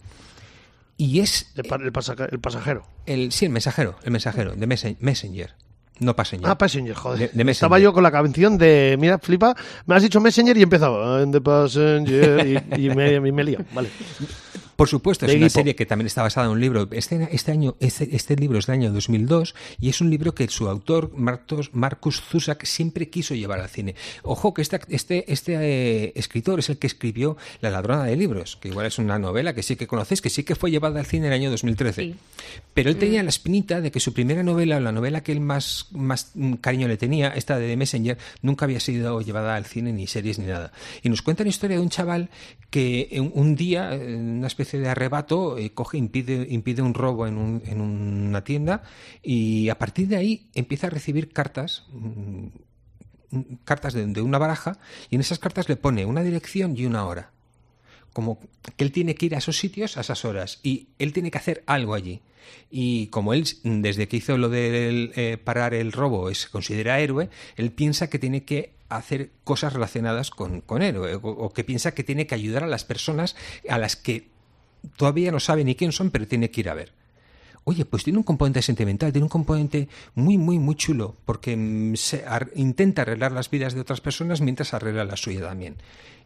Speaker 2: Y es
Speaker 1: El, pa- el pasaca- el pasajero.
Speaker 2: el, sí, el mensajero, el mensajero, The Messen- Messenger. No Passenger.
Speaker 1: Ah, Passenger, joder.
Speaker 2: De- de Messenger.
Speaker 1: Estaba yo con la canción de. Mira, flipa. Me has dicho Messenger y empezaba. "I'm the Passenger. Y, y me, y me lío. Vale.
Speaker 2: Por supuesto, es
Speaker 1: De
Speaker 2: una
Speaker 1: Edipo.
Speaker 2: serie que también está basada en un libro. Este, este año, este, este libro es del año 2002 y es un libro que su autor, Martos, Marcus Zusak, siempre quiso llevar al cine. Ojo que este, este, este eh, escritor es el que escribió La ladrona de libros, que igual es una novela que sí que conocéis, que sí que fue llevada al cine en el año 2013.
Speaker 3: Sí.
Speaker 2: Pero él tenía la espinita de que su primera novela, o la novela que él más, más mm, cariño le tenía, esta de The Messenger, nunca había sido llevada al cine, ni series, ni nada. Y nos cuenta la historia de un chaval que en un eh, día, en una especie especie de arrebato, eh, coge, impide, impide un robo en, un- en una tienda y a partir de ahí empieza a recibir cartas, mm, mm, cartas de, de una baraja y en esas cartas le pone una dirección y una hora. Como que él tiene que ir a esos sitios a esas horas y él tiene que hacer algo allí. Y como él, mm, desde que hizo lo de parar el robo, es- se considera héroe, él piensa que tiene que hacer cosas relacionadas con, con héroe o, o que piensa que tiene que ayudar a las personas a las que todavía no sabe ni quién son, pero tiene que ir a ver. Oye, pues tiene un componente sentimental, tiene un componente muy, muy, muy chulo, porque mm, se ar- intenta arreglar las vidas de otras personas mientras arregla la suya también.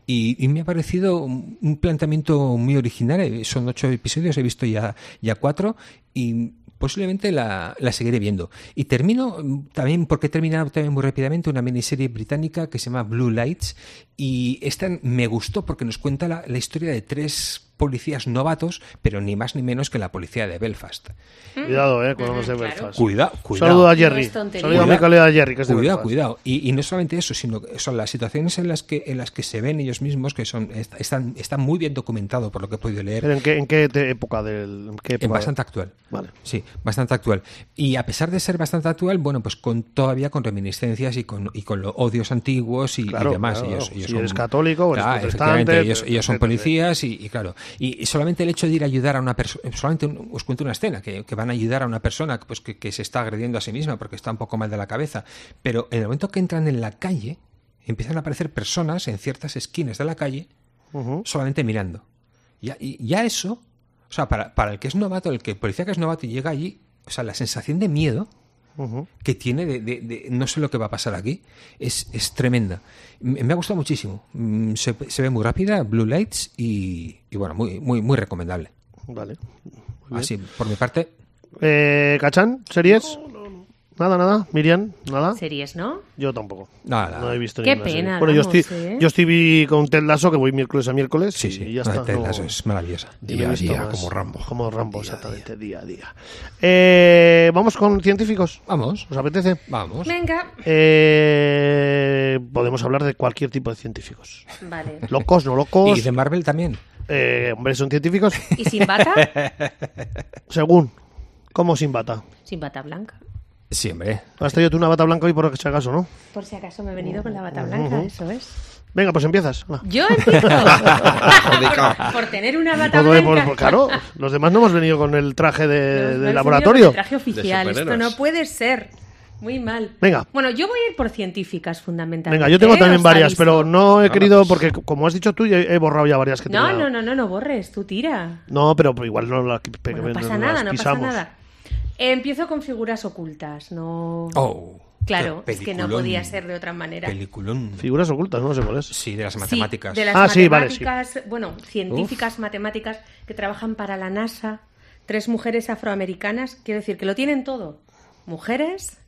Speaker 2: Y, y me ha parecido un un planteamiento muy original. eh, Son ocho episodios, he visto ya, ya cuatro y posiblemente la, la seguiré viendo. Y termino mm, también, porque he terminado también muy rápidamente, una miniserie británica que se llama Blue Lights. Y esta me gustó porque nos cuenta la, la historia de tres policías novatos, pero ni más ni menos que la policía de Belfast.
Speaker 1: Cuidado, eh, cuando no se
Speaker 3: Ujú, claro.
Speaker 1: Belfast.
Speaker 2: Cuidado, cuidado.
Speaker 1: Saludo a
Speaker 3: No es
Speaker 1: Jerry.
Speaker 3: tontería.
Speaker 1: Saludo a mi
Speaker 2: Cuidado.
Speaker 1: colega Jerry, que es de
Speaker 2: Cuidado,
Speaker 1: Belfast.
Speaker 2: cuidado. Y, y no solamente eso, sino que son las situaciones en las que en las que se ven ellos mismos, que son est- están, están muy bien documentado por lo que he podido leer,
Speaker 1: ¿Pero ¿En qué, en qué te- época del.? En qué
Speaker 2: es
Speaker 1: época?
Speaker 2: bastante actual.
Speaker 1: Vale.
Speaker 2: Sí, bastante actual. Y a pesar de ser bastante actual, bueno, pues con todavía con reminiscencias y con, y con los odios antiguos y, y
Speaker 1: Claro,
Speaker 2: demás.
Speaker 1: claro,
Speaker 2: ellos,
Speaker 1: claro.
Speaker 2: ellos
Speaker 1: Si eres católico o eres
Speaker 2: Claro,
Speaker 1: protestante,
Speaker 2: efectivamente, ellos,
Speaker 1: etcétera,
Speaker 2: ellos son
Speaker 1: etcétera.
Speaker 2: policías y, y claro. Y, y solamente el hecho de ir a ayudar a una persona, solamente un- os cuento una escena, que, que van a ayudar a una persona pues, que, que se está agrediendo a sí misma porque está un poco mal de la cabeza. Pero en el momento que entran en la calle, empiezan a aparecer personas en ciertas esquinas de la calle
Speaker 1: Ujú.
Speaker 2: solamente mirando. Ya, y ya eso, o sea, para, para el que es novato, el que el policía que es novato y llega allí, o sea, la sensación de miedo
Speaker 1: Ujú.
Speaker 2: que tiene de, de- de no sé lo que va a pasar aquí es, es tremenda. Me, me ha gustado muchísimo. Mm, Se, se ve muy rápida, Blue Lights y, y bueno, muy, muy, muy recomendable.
Speaker 1: Vale.
Speaker 2: Así, por mi parte,
Speaker 1: Eh, ¿Cachán? ¿Series? Nada, nada. ¿Miriam? ¿Nada?
Speaker 3: Series, ¿no?
Speaker 1: Yo tampoco.
Speaker 2: nada.
Speaker 1: No he visto
Speaker 3: Qué
Speaker 1: ninguna
Speaker 3: pena,
Speaker 1: serie. Bueno, yo
Speaker 3: vamos,
Speaker 1: estoy,
Speaker 3: ¿eh?
Speaker 1: yo estoy vi- con Ted Lasso, que voy miércoles a miércoles.
Speaker 2: Sí, sí,
Speaker 1: Y ya
Speaker 2: no,
Speaker 1: está.
Speaker 2: Ted
Speaker 1: no-
Speaker 2: Lasso es maravillosa.
Speaker 1: no he
Speaker 6: Día a
Speaker 1: visto
Speaker 6: día,
Speaker 1: más.
Speaker 6: como Rambo.
Speaker 1: Como Rambo, exactamente, día a día. Eh, Vamos con científicos.
Speaker 2: Vamos,
Speaker 1: ¿Os apetece?
Speaker 2: vamos.
Speaker 3: Venga.
Speaker 1: Eh, podemos hablar de cualquier tipo de científicos.
Speaker 3: Vale.
Speaker 1: Locos, no
Speaker 2: Y
Speaker 1: locos.
Speaker 2: de Marvel también.
Speaker 1: Eh, hombre, son científicos.
Speaker 3: ¿Y sin bata?
Speaker 1: Según. ¿Cómo sin bata?
Speaker 3: sin bata blanca.
Speaker 2: Siempre.
Speaker 1: Has traído tú una bata blanca hoy por si acaso, ¿no?
Speaker 3: Por si acaso me he venido con la bata blanca, eso es.
Speaker 1: Venga, pues empiezas. Hola.
Speaker 3: Yo empiezo. por, por tener una bata
Speaker 1: Por- por-
Speaker 3: blanca.
Speaker 1: por- claro, los demás no hemos venido con el traje de,
Speaker 3: Nos
Speaker 1: de
Speaker 3: va a enseñar
Speaker 1: laboratorio.
Speaker 3: el traje oficial. Esto
Speaker 6: superhéroes.
Speaker 3: no puede ser. Muy mal.
Speaker 1: Venga.
Speaker 3: Bueno, yo voy a ir por científicas fundamentalmente.
Speaker 1: Venga, yo tengo
Speaker 3: ¿eh?
Speaker 1: también
Speaker 3: Os
Speaker 1: varias,
Speaker 3: aviso.
Speaker 1: pero no he
Speaker 6: Ahora,
Speaker 1: querido,
Speaker 6: pues.
Speaker 1: porque como has dicho tú, yo he he borrado ya varias que
Speaker 3: No,
Speaker 1: tenía.
Speaker 3: no, no, no, no borres, tú tira.
Speaker 1: No, pero pues igual no las
Speaker 3: Bueno, no pasa nada, no pasa nada. Empiezo con figuras ocultas, no.
Speaker 2: Oh,
Speaker 3: claro,
Speaker 2: qué
Speaker 3: es que no
Speaker 2: peliculón.
Speaker 3: podía ser de otra manera.
Speaker 2: Peliculón.
Speaker 1: Figuras ocultas, no sé cuál es.
Speaker 2: Sí, de las
Speaker 3: Sí,
Speaker 2: matemáticas.
Speaker 3: de las
Speaker 1: Ah, sí, vale, sí.
Speaker 3: matemáticas, bueno, científicas, matemáticas que trabajan para la NASA, tres mujeres afroamericanas, quiero decir que lo tienen todo. Mujeres,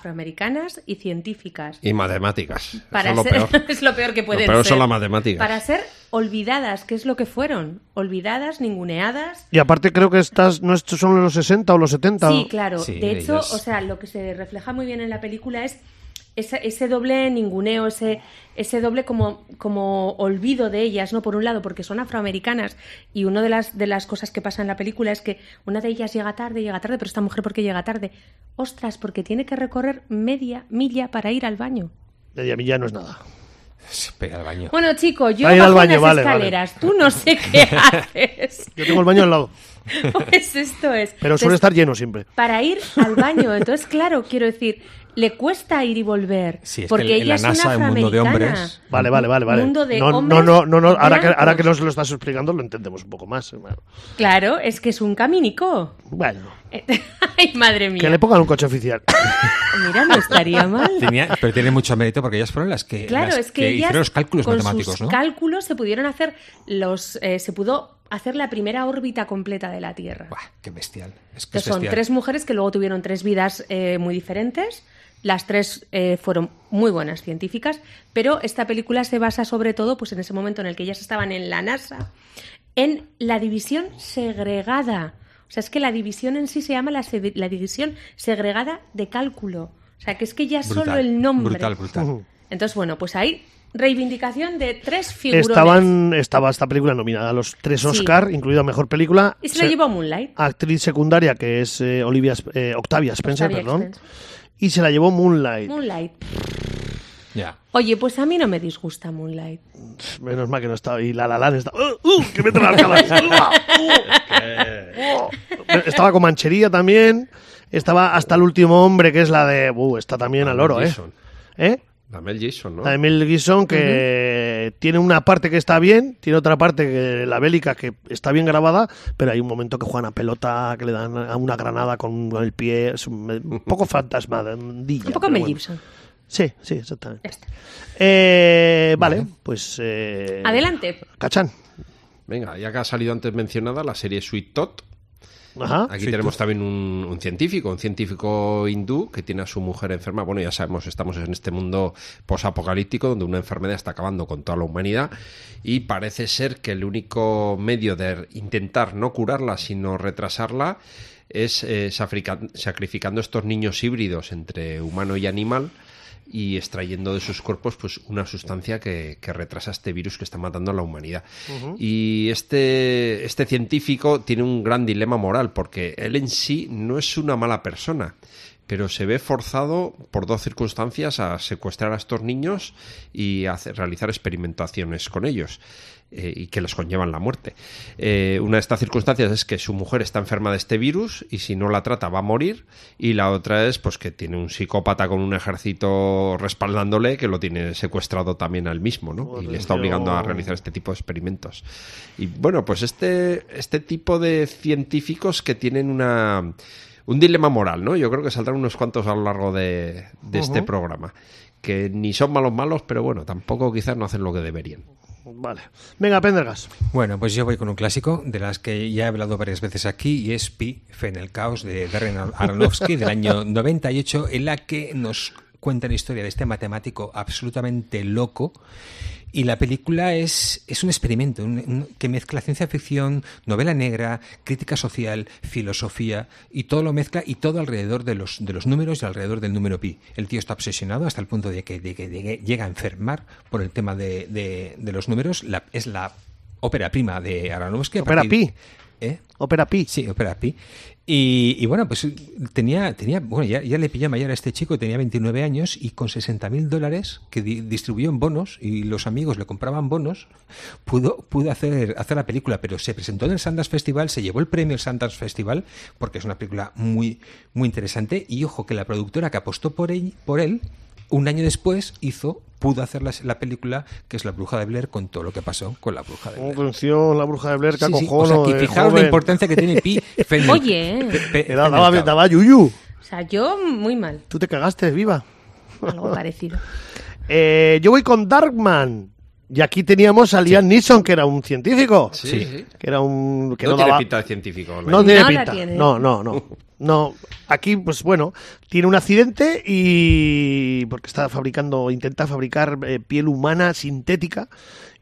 Speaker 3: afroamericanas y científicas.
Speaker 6: Y matemáticas.
Speaker 3: Para
Speaker 6: Eso es lo
Speaker 3: ser,
Speaker 6: peor.
Speaker 3: es lo peor que pueden
Speaker 6: peor
Speaker 3: ser.
Speaker 6: son las matemáticas.
Speaker 3: Para ser olvidadas, que es lo que fueron. Olvidadas, ninguneadas,
Speaker 1: Y aparte creo que estas no estos son los 60 o los 70.
Speaker 3: Sí, claro.
Speaker 2: Sí,
Speaker 3: de hecho,
Speaker 2: ellos-
Speaker 3: o sea, lo que se refleja muy bien en la película es esa- ese doble ninguneo, ese, ese doble como, como olvido de ellas, ¿no? Por un lado, porque son afroamericanas y una de las, de las cosas que pasa en la película es que una de ellas llega tarde, llega tarde, pero esta mujer, ¿por qué llega tarde? Ostras, porque tiene que recorrer media milla para ir al baño.
Speaker 1: De mí ya no es nada.
Speaker 2: Se pega al baño.
Speaker 3: Bueno, chico, yo
Speaker 1: Para ir al
Speaker 3: bajo
Speaker 1: baño,
Speaker 3: unas
Speaker 1: vale, vale.
Speaker 3: escaleras, tú no sé qué haces.
Speaker 1: Yo tengo el baño al lado,
Speaker 3: Pues esto es.
Speaker 1: pero suele
Speaker 3: Entonces,
Speaker 1: estar lleno siempre.
Speaker 3: para ir al baño. Entonces, claro, quiero decir, le cuesta ir y volver.
Speaker 2: Sí, es que
Speaker 3: porque
Speaker 2: en
Speaker 3: ella
Speaker 2: la
Speaker 3: es una
Speaker 2: NASA, el mundo de
Speaker 3: afroamericana.
Speaker 2: hombres-
Speaker 1: Vale, vale, vale, vale.
Speaker 3: Mundo de
Speaker 1: no, no,
Speaker 3: hombres
Speaker 1: no, no, no, ahora que, ahora
Speaker 3: blancos.
Speaker 1: que nos lo estás explicando lo entendemos un poco más. hermano.
Speaker 3: Claro, es que es un caminico.
Speaker 1: Bueno,
Speaker 3: Ay, madre mía.
Speaker 1: que le pongan un coche oficial.
Speaker 3: Mira, no estaría mal.
Speaker 2: Tenía- pero tiene mucho mérito porque ellas fueron las que,
Speaker 3: Claro,
Speaker 2: las
Speaker 3: es que, ellas
Speaker 2: hicieron los cálculos
Speaker 3: con
Speaker 2: matemáticos,
Speaker 3: sus
Speaker 2: ¿no?
Speaker 3: cálculos se pudieron hacer los, eh, se pudo hacer la primera órbita completa de la Tierra.
Speaker 2: Buah, qué bestial. Es que
Speaker 3: que
Speaker 2: es
Speaker 3: son
Speaker 2: bestial.
Speaker 3: tres mujeres que luego tuvieron tres vidas eh, muy diferentes. Las tres eh, fueron muy buenas científicas, pero esta película se basa sobre todo pues, en ese momento en el que ellas estaban en la NASA, en la división segregada. O sea, es que la división en sí se llama la, se- la división segregada de cálculo. O sea, que es que ya
Speaker 2: Brutal,
Speaker 3: solo el nombre.
Speaker 2: Brutal, brutal.
Speaker 1: Ujú.
Speaker 3: Entonces, bueno, pues ahí reivindicación de tres figurones.
Speaker 1: Estaban, estaba esta película nominada a los tres
Speaker 3: Sí.
Speaker 1: Oscar, incluida Mejor Película.
Speaker 3: Y se lo
Speaker 1: Se-
Speaker 3: llevó Moonlight.
Speaker 1: Actriz secundaria, que es eh, Olivia, Sp- eh, Octavia Spencer,
Speaker 3: Octavia
Speaker 1: perdón.
Speaker 3: Spencer.
Speaker 1: Y se la llevó Moonlight.
Speaker 3: Moonlight.
Speaker 2: Ya.
Speaker 3: Oye, pues a mí no me disgusta Moonlight.
Speaker 1: Menos mal que no estaba. Y la la Land estaba. ¡Uh, uh, que mete las galas! ¡Uh, uh, uh! Estaba con manchería también. Estaba hasta el último hombre, que es la de. Uh, está también al oro, ¿eh?
Speaker 6: Jason.
Speaker 1: ¿Eh?
Speaker 6: La Mel Gibson, ¿no?
Speaker 1: La de Mel Gibson, que tiene una parte que está bien, tiene otra parte que la bélica que está bien grabada, pero hay un momento que juegan a pelota, que le dan a una granada con el pie, es un, un poco fantasma, un
Speaker 3: Un poco Mel Gibson.
Speaker 1: Sí, sí, exactamente.
Speaker 3: Ya está.
Speaker 1: Eh, vale, pues... eh,
Speaker 3: Adelante.
Speaker 1: Cachán.
Speaker 6: Venga, ya que ha salido antes mencionada la serie Sweet Tot.
Speaker 1: Ajá.
Speaker 6: Aquí tenemos también un, un científico, un científico hindú que tiene a su mujer enferma. Bueno, ya sabemos, estamos en este mundo posapocalíptico donde una enfermedad está acabando con toda la humanidad y parece ser que el único medio de intentar no curarla, sino retrasarla, es eh, safrica- sacrificando estos niños híbridos entre humano y animal y extrayendo de sus cuerpos pues una sustancia que, que retrasa este virus que está matando a la humanidad. Y este, este científico tiene un gran dilema moral porque él en sí no es una mala persona, pero se ve forzado por dos circunstancias a secuestrar a estos niños y a hacer- realizar experimentaciones con ellos eh, y que les conllevan la muerte. Eh, una de estas circunstancias es que su mujer está enferma de este virus y si no la trata va a morir y la otra es pues que tiene un psicópata con un ejército respaldándole que lo tiene secuestrado también al mismo ¿no? y le está obligando a
Speaker 1: Atención.
Speaker 6: realizar este tipo de experimentos. Y bueno, pues este, este tipo de científicos que tienen una, un dilema moral, ¿no? Yo creo que saldrán unos cuantos a lo largo de, de este programa. Que ni son malos malos, pero bueno, tampoco quizás no hacen lo que deberían.
Speaker 1: Vale. Venga, Pendergas.
Speaker 2: Bueno, pues yo voy con un clásico de las que ya he hablado varias veces aquí y es Pi, Fe en el Caos de Darren Aronofsky del año 98, en la que nos cuenta la historia de este matemático absolutamente loco y la película es, es un experimento un- un- que mezcla ciencia ficción, novela negra, crítica social, filosofía y todo lo mezcla y todo alrededor de los, de los números y alrededor del número pi. El tío está obsesionado hasta el punto de que, de que- de que llega a enfermar por el tema de, de- de los números. La- es la ópera prima de Aronofsky. a
Speaker 1: Ópera
Speaker 2: partir- ¿Eh?
Speaker 1: Opera Pi.
Speaker 2: Sí, Opera Pi. Y, y bueno, pues tenía, tenía bueno, ya, ya le pilló mayor a este chico, tenía 29 años y con 60 mil dólares que di- distribuyó en bonos y los amigos le compraban bonos, pudo, pudo hacer, hacer la película, pero se presentó en el Sundance Festival, se llevó el premio al Sundance Festival porque es una película muy, muy interesante y ojo que la productora que apostó por él, por él un año después hizo, pudo hacer la, la película que es La Bruja de Blair con todo lo que pasó con La Bruja de Blair.
Speaker 1: Atención, la bruja de Blair, que
Speaker 2: Sí, sí,
Speaker 1: acojono,
Speaker 2: o sea, que
Speaker 1: eh,
Speaker 2: fijaros la
Speaker 1: joven.
Speaker 2: importancia que tiene Pi. Fe-
Speaker 3: Oye.
Speaker 2: fe- fe-
Speaker 1: Era-
Speaker 2: fe-
Speaker 1: daba,
Speaker 2: mercado.
Speaker 1: daba yuyu.
Speaker 3: O sea, yo muy mal.
Speaker 1: Tú te cagaste, viva.
Speaker 3: Algo parecido.
Speaker 1: Eh, yo voy con Darkman. Y aquí teníamos a Liam Neeson, que era un científico.
Speaker 2: Sí.
Speaker 1: Que era un. Que
Speaker 6: no,
Speaker 1: no,
Speaker 6: tiene
Speaker 1: daba-
Speaker 6: pinta de científico. la
Speaker 1: No
Speaker 6: niña.
Speaker 1: tiene
Speaker 3: No la
Speaker 1: pinta.
Speaker 3: tiene.
Speaker 1: No, no, no. No, aquí, pues bueno, tiene un accidente y. porque está fabricando, intenta fabricar eh, piel humana sintética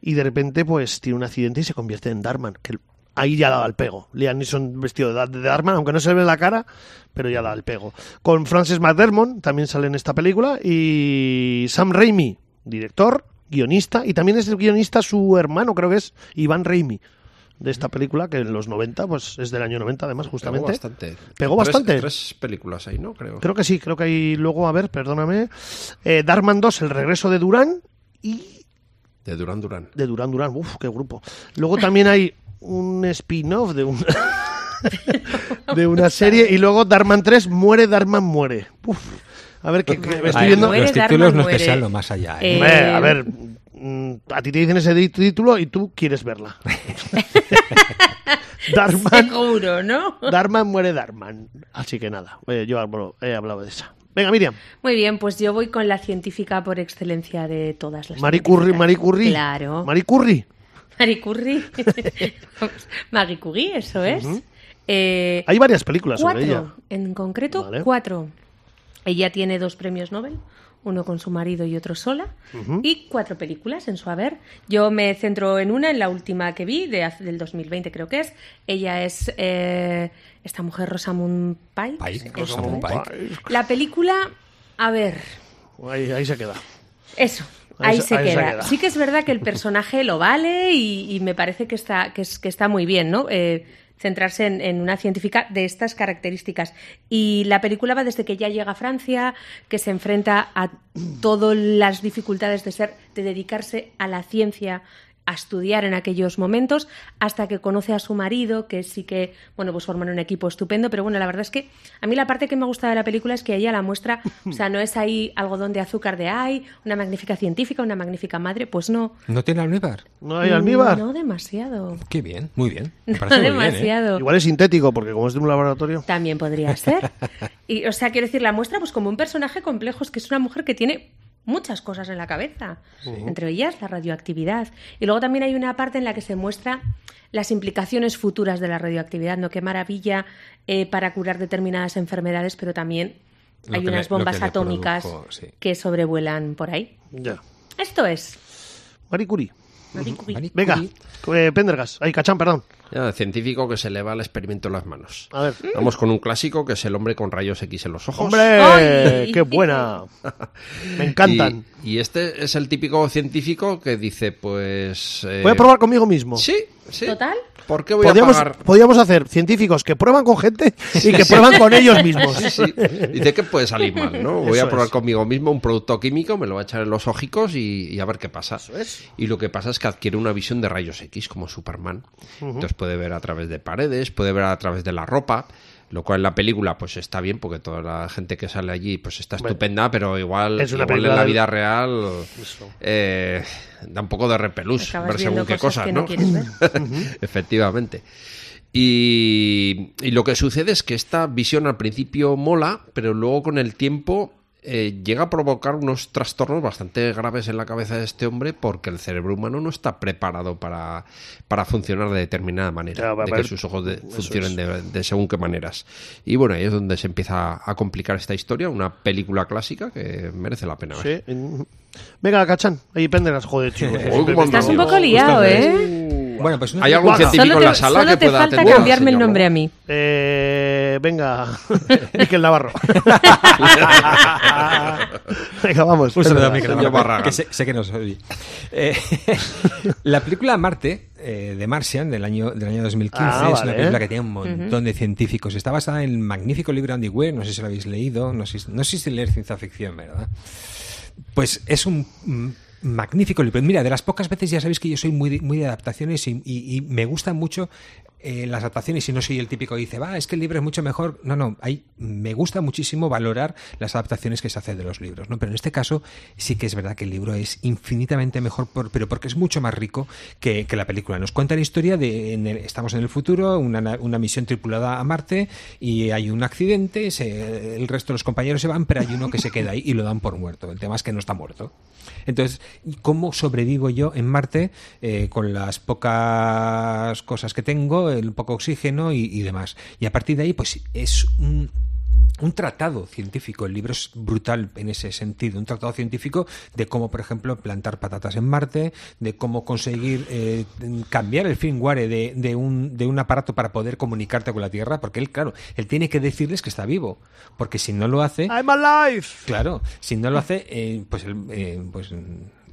Speaker 1: y de repente, pues tiene un accidente y se convierte en Darman. Que ahí ya daba el pego. Liam Neeson vestido de, Dar- de Darman, aunque no se le ve la cara, pero ya da el pego. Con Frances McDermott también sale en esta película y Sam Raimi, director, guionista y también es el guionista su hermano, creo que es Iván Raimi de esta película que en los 90, pues es del año 90 además,
Speaker 6: Pegó
Speaker 1: justamente.
Speaker 6: bastante.
Speaker 1: Pegó
Speaker 6: Tres-
Speaker 1: bastante.
Speaker 6: Tres películas ahí, ¿no? Creo.
Speaker 1: Creo que sí, creo que hay luego, a ver, perdóname, eh, Darman 2, El regreso de Durán y
Speaker 6: De Durán Durán.
Speaker 1: de Durán Durán, uff, qué grupo. Luego también hay un spin-off de una, de una serie y luego Darman 3, Muere, Darman muere. Uf, a ver, que, que- estoy
Speaker 2: Ay,
Speaker 1: viendo...
Speaker 2: Los
Speaker 3: Muere, Darman
Speaker 2: títulos no es que
Speaker 3: muere.
Speaker 2: sean lo más allá. ¿eh?
Speaker 3: Eh,
Speaker 1: Hombre, a ver, mm, a ti te dicen ese di- título y tú quieres verla. Darman
Speaker 3: Seguro, ¿no?
Speaker 1: Darman muere Darman. Así que nada, eh, yo hablo- he hablado de esa. Venga, Miriam.
Speaker 3: Muy bien, pues yo voy con la científica por excelencia de todas las.
Speaker 1: Marie Curry,
Speaker 3: científicas.
Speaker 1: Marie Curry.
Speaker 3: Claro.
Speaker 1: Marie Curry.
Speaker 3: Marie Curry. Marie Curie, eso es. Eh,
Speaker 1: Hay varias películas
Speaker 3: cuatro,
Speaker 1: sobre ella.
Speaker 3: en concreto,
Speaker 1: Vale.
Speaker 3: cuatro. Ella tiene dos premios Nobel, uno con su marido y otro sola, y cuatro películas en su haber. Yo me centro en una, en la última que vi, de, hace- del 2020 creo que es. Ella es eh, esta mujer Rosamund Pike.
Speaker 2: Pike,
Speaker 3: Eso.
Speaker 2: Rosamund Pike.
Speaker 3: La película, a ver,
Speaker 1: Ahí, ahí se queda.
Speaker 3: eso. Ahí
Speaker 1: Ahí
Speaker 3: se
Speaker 1: se- ahí se
Speaker 3: queda.
Speaker 1: queda.
Speaker 3: Sí que es verdad que el personaje lo vale y, y me parece que está, que, es- que está muy bien, ¿no? Eh, centrarse en, en una científica de estas características. Y la película va desde que ya llega a Francia, que se enfrenta a todas las dificultades de ser, de dedicarse a la ciencia a estudiar en aquellos momentos hasta que conoce a su marido, que sí que, bueno, pues forman un equipo estupendo, pero bueno, la verdad es que a mí la parte que me gusta de la película es que ella la muestra, o sea, no es ahí algodón de azúcar de ay, una magnífica científica, una magnífica madre, pues no.
Speaker 2: ¿No tiene almíbar?
Speaker 1: ¿No hay almíbar?
Speaker 3: Mm, No demasiado.
Speaker 2: Qué bien, muy bien. Me
Speaker 3: No
Speaker 2: parece muy bien, ¿eh?
Speaker 3: demasiado.
Speaker 1: Igual es sintético, porque como es de un laboratorio.
Speaker 3: También podría ser. Y, o sea, quiero decir, la muestra pues como un personaje complejo, es que es una mujer que tiene muchas cosas en la cabeza, entre ellas la radioactividad. Y luego también hay una parte en la que se muestra las implicaciones futuras de la radioactividad, ¿no? Qué maravilla eh, para curar determinadas enfermedades, pero también
Speaker 2: Lo
Speaker 3: hay
Speaker 2: que le-
Speaker 3: unas
Speaker 2: lo que
Speaker 3: bombas
Speaker 2: le
Speaker 3: atómicas
Speaker 2: produjo, sí.
Speaker 3: que sobrevuelan por ahí.
Speaker 1: Ya.
Speaker 3: Esto es.
Speaker 1: Marie Curie.
Speaker 3: Marie Curie.
Speaker 2: Marie
Speaker 1: Venga,
Speaker 2: Curie.
Speaker 1: eh, Pendergast. Ay, Cachán, perdón.
Speaker 6: Ya, científico que se le va el experimento en las manos.
Speaker 1: A ver.
Speaker 6: Vamos con un clásico que es el hombre con rayos X en los ojos.
Speaker 1: ¡Hombre!
Speaker 3: Ay.
Speaker 1: ¡Qué buena! Me encantan.
Speaker 6: Y, y este es el típico científico que dice, pues... eh,
Speaker 1: Voy a probar conmigo mismo.
Speaker 6: Sí, sí.
Speaker 3: Total.
Speaker 6: ¿Por qué voy
Speaker 1: Podríamos,
Speaker 6: a pagar?
Speaker 1: podríamos hacer científicos que prueban con gente y que prueban con ellos mismos.
Speaker 6: Sí, sí. Dice que puede salir mal, ¿no? Voy
Speaker 1: Eso
Speaker 6: a probar
Speaker 1: es.
Speaker 6: conmigo mismo un producto químico, me lo va a echar en los ojicos y, y a ver qué pasa. Y lo que pasa es que adquiere una visión de rayos X como Superman. Entonces puede ver a través de paredes, puede ver a través de la ropa. Lo cual en la película pues está bien porque toda la gente que sale allí pues está
Speaker 1: Bueno.
Speaker 6: estupenda, pero igual,
Speaker 1: Es una
Speaker 6: igual en
Speaker 1: película
Speaker 6: la
Speaker 1: del-
Speaker 6: vida real eh, da un poco de repelús
Speaker 3: Acabas
Speaker 6: ver
Speaker 3: viendo
Speaker 6: según qué
Speaker 3: cosas
Speaker 6: cosas,
Speaker 3: que no
Speaker 6: ¿no?
Speaker 3: quieres ver.
Speaker 6: Efectivamente. Y, y lo que sucede es que esta visión al principio mola, pero luego con el tiempo eh, llega a provocar unos trastornos bastante graves en la cabeza de este hombre porque el cerebro humano no está preparado para, para funcionar de determinada manera,
Speaker 1: Claro, va a
Speaker 6: de
Speaker 1: haber-
Speaker 6: que sus ojos de- funcionen de, de según qué maneras. Y bueno, ahí es donde se empieza a complicar esta historia, una película clásica que merece la pena ver.
Speaker 1: Sí. Venga, Cachán. Ahí Pendergast, joder, chico. Siempre
Speaker 6: cómo
Speaker 1: me-
Speaker 3: Estás un
Speaker 6: no,
Speaker 3: poco liado, ¿eh?
Speaker 2: Bueno, pues una
Speaker 6: ¿Hay algún
Speaker 2: película-
Speaker 6: científico
Speaker 3: Solo
Speaker 6: en la
Speaker 3: te,
Speaker 6: sala
Speaker 3: solo
Speaker 6: que
Speaker 3: te
Speaker 6: pueda
Speaker 3: falta
Speaker 6: atender al
Speaker 3: cambiarme el
Speaker 6: señor
Speaker 3: nombre
Speaker 6: Moore?
Speaker 3: a mí.
Speaker 1: Eh, venga, Miquel Navarro. venga, vamos.
Speaker 2: Un saludo a Miquel
Speaker 1: Pendergast.
Speaker 6: Señor
Speaker 2: Navarro,
Speaker 6: Barragán.
Speaker 2: que sé, sé que nos oye. Eh, la película Marte, eh, de Martian, del año, del año 2015,
Speaker 1: Ah,
Speaker 2: es
Speaker 1: vale.
Speaker 2: una película que tiene un montón de científicos. Está basada en el magnífico libro de Andy Weir, no sé si lo habéis leído, no sé, no sé si leer ciencia ficción, ¿verdad? Pues es un mm, magnífico libro. Mira, de las pocas veces ya sabéis que yo soy muy de, muy de adaptaciones y, y- y me gustan mucho eh, las adaptaciones y no soy el típico que dice, va, es que el libro es mucho mejor. No, no, hay, me gusta muchísimo valorar las adaptaciones que se hacen de los libros. ¿no? Pero en este caso sí que es verdad que el libro es infinitamente mejor, por- pero porque es mucho más rico que, que la película. Nos cuenta la historia de, en el- estamos en el futuro, una, na- una misión tripulada a Marte y hay un accidente, se- el resto de los compañeros se van, pero hay uno que se queda ahí y lo dan por muerto. El tema es que no está muerto. Entonces, ¿y ¿cómo sobrevivo yo en Marte eh, con las pocas cosas que tengo, el poco oxígeno y, y demás? Y a partir de ahí, pues es un, un tratado científico, el libro es brutal en ese sentido, un tratado científico de cómo, por ejemplo, plantar patatas en Marte, de cómo conseguir eh, cambiar el firmware de, de un, de un aparato para poder comunicarte con la Tierra, porque él, claro, él tiene que decirles que está vivo, porque si no lo hace,
Speaker 1: I'm alive.
Speaker 2: Claro, si no lo hace, eh, pues, el- eh, pues mm,